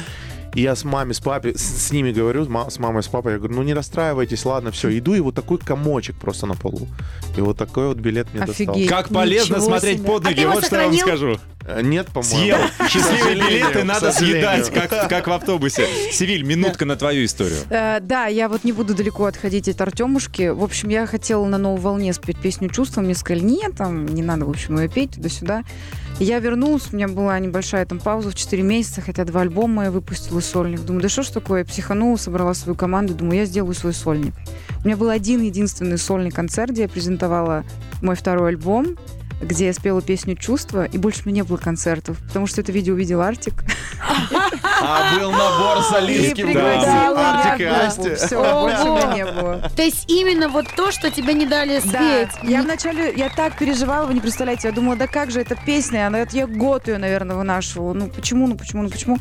Speaker 5: И я с мамой, с папой, с, с ними говорю, с ма- с мамой, с папой, я говорю, ну не расстраивайтесь, ладно, все, иду, и вот такой комочек просто на полу. И вот такой вот билет мне
Speaker 4: Офигеть.
Speaker 3: Как полезно
Speaker 2: Ничего
Speaker 3: смотреть
Speaker 2: себе.
Speaker 3: под
Speaker 2: А
Speaker 3: ноги,
Speaker 2: ты его
Speaker 3: вот что я вам
Speaker 2: сохранил?
Speaker 3: скажу.
Speaker 5: достался. Э, Нет, по-моему.
Speaker 3: Съел. Счастливые
Speaker 5: сожалению,
Speaker 3: билеты
Speaker 5: к
Speaker 3: надо
Speaker 5: сожалению.
Speaker 3: съедать, как, как в автобусе. Севиль, минутка на твою историю.
Speaker 4: Э, Да, я вот не буду далеко отходить от Артемушки. В общем, я хотела на новой волне спеть песню «Чувства». Мне сказали, нет, там не надо, в общем, ее петь туда-сюда. И Я вернулась, у меня была небольшая там пауза в 4 месяца, хотя два альбома я выпустила, и сольник. Думаю, да что ж такое, я психанула, собрала свою команду, думаю, я сделаю свой сольник. У меня был один единственный сольный концерт, где я презентовала мой второй альбом, где я спела песню «Чувства», и больше у меня не было концертов, потому что это видео увидел Артик.
Speaker 5: А был набор с Алинским, да.
Speaker 4: пригласила
Speaker 5: Артик и
Speaker 4: меня в
Speaker 5: Асти.
Speaker 4: группу. Все, больше у меня не было.
Speaker 2: То есть именно вот то, что тебе не дали
Speaker 4: Да,
Speaker 2: спеть.
Speaker 4: я вначале, я так переживала, вы не представляете, я думала, да как же эта песня, она, это я год ее, наверное, вынашивала, ну почему, ну почему, ну почему,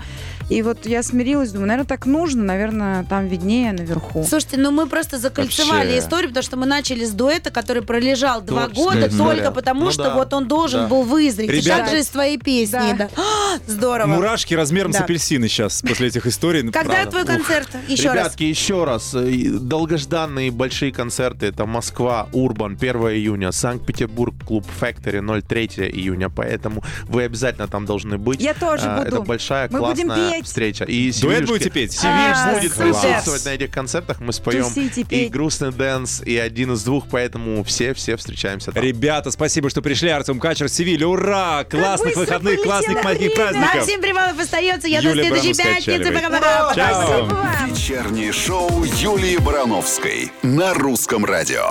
Speaker 4: и вот я смирилась, думаю, наверное, так нужно, наверное, там виднее наверху.
Speaker 2: Слушайте, ну мы просто закольцевали
Speaker 5: Вообще.
Speaker 2: историю, потому что мы начали с дуэта, который пролежал два
Speaker 5: Творческая
Speaker 2: года
Speaker 5: история.
Speaker 2: только потому,
Speaker 5: Ну
Speaker 2: что
Speaker 5: да,
Speaker 2: вот он должен
Speaker 5: да.
Speaker 2: был вызреть. И
Speaker 3: Ребята-
Speaker 2: так же из твоей песни. да.
Speaker 4: Да.
Speaker 2: А, Здорово.
Speaker 3: Мурашки размером с
Speaker 2: Да.
Speaker 3: апельсины сейчас после этих историй. ну,
Speaker 2: Когда
Speaker 3: правда.
Speaker 2: твой концерт? Еще раз.
Speaker 5: Ребятки, еще раз. э, Долгожданные большие концерты. Это Москва, Урбан, 1 июня, Санкт-Петербург, клуб Factory, 03 июня. Поэтому вы обязательно там должны быть.
Speaker 4: Я тоже
Speaker 5: А,
Speaker 4: буду.
Speaker 5: Это большая,
Speaker 4: Мы будем
Speaker 5: классная
Speaker 4: петь.
Speaker 5: встреча. И
Speaker 3: Дуэт
Speaker 5: Сивильюшки-
Speaker 3: будете петь?
Speaker 5: Сивильш
Speaker 4: А,
Speaker 5: будет
Speaker 4: супер.
Speaker 5: присутствовать на этих концертах. Мы споем
Speaker 4: Тусите,
Speaker 5: и
Speaker 4: петь.
Speaker 5: грустный дэнс, и один из двух. Поэтому все-все встречаемся там.
Speaker 3: Ребята, спасибо, что пришли. Артем Качер, Севиль, ура! Классных
Speaker 4: быстро
Speaker 3: выходных,
Speaker 4: полетело
Speaker 3: классных майских праздников!
Speaker 2: Максим Привалов остается. Я до
Speaker 3: Юлия
Speaker 2: следующей
Speaker 3: Барановская
Speaker 2: пятницы.
Speaker 3: отчаливает.
Speaker 2: Пока-пока.
Speaker 3: Чао!
Speaker 4: Спасибо вам.
Speaker 1: Вечернее шоу Юлии Барановской на русском радио.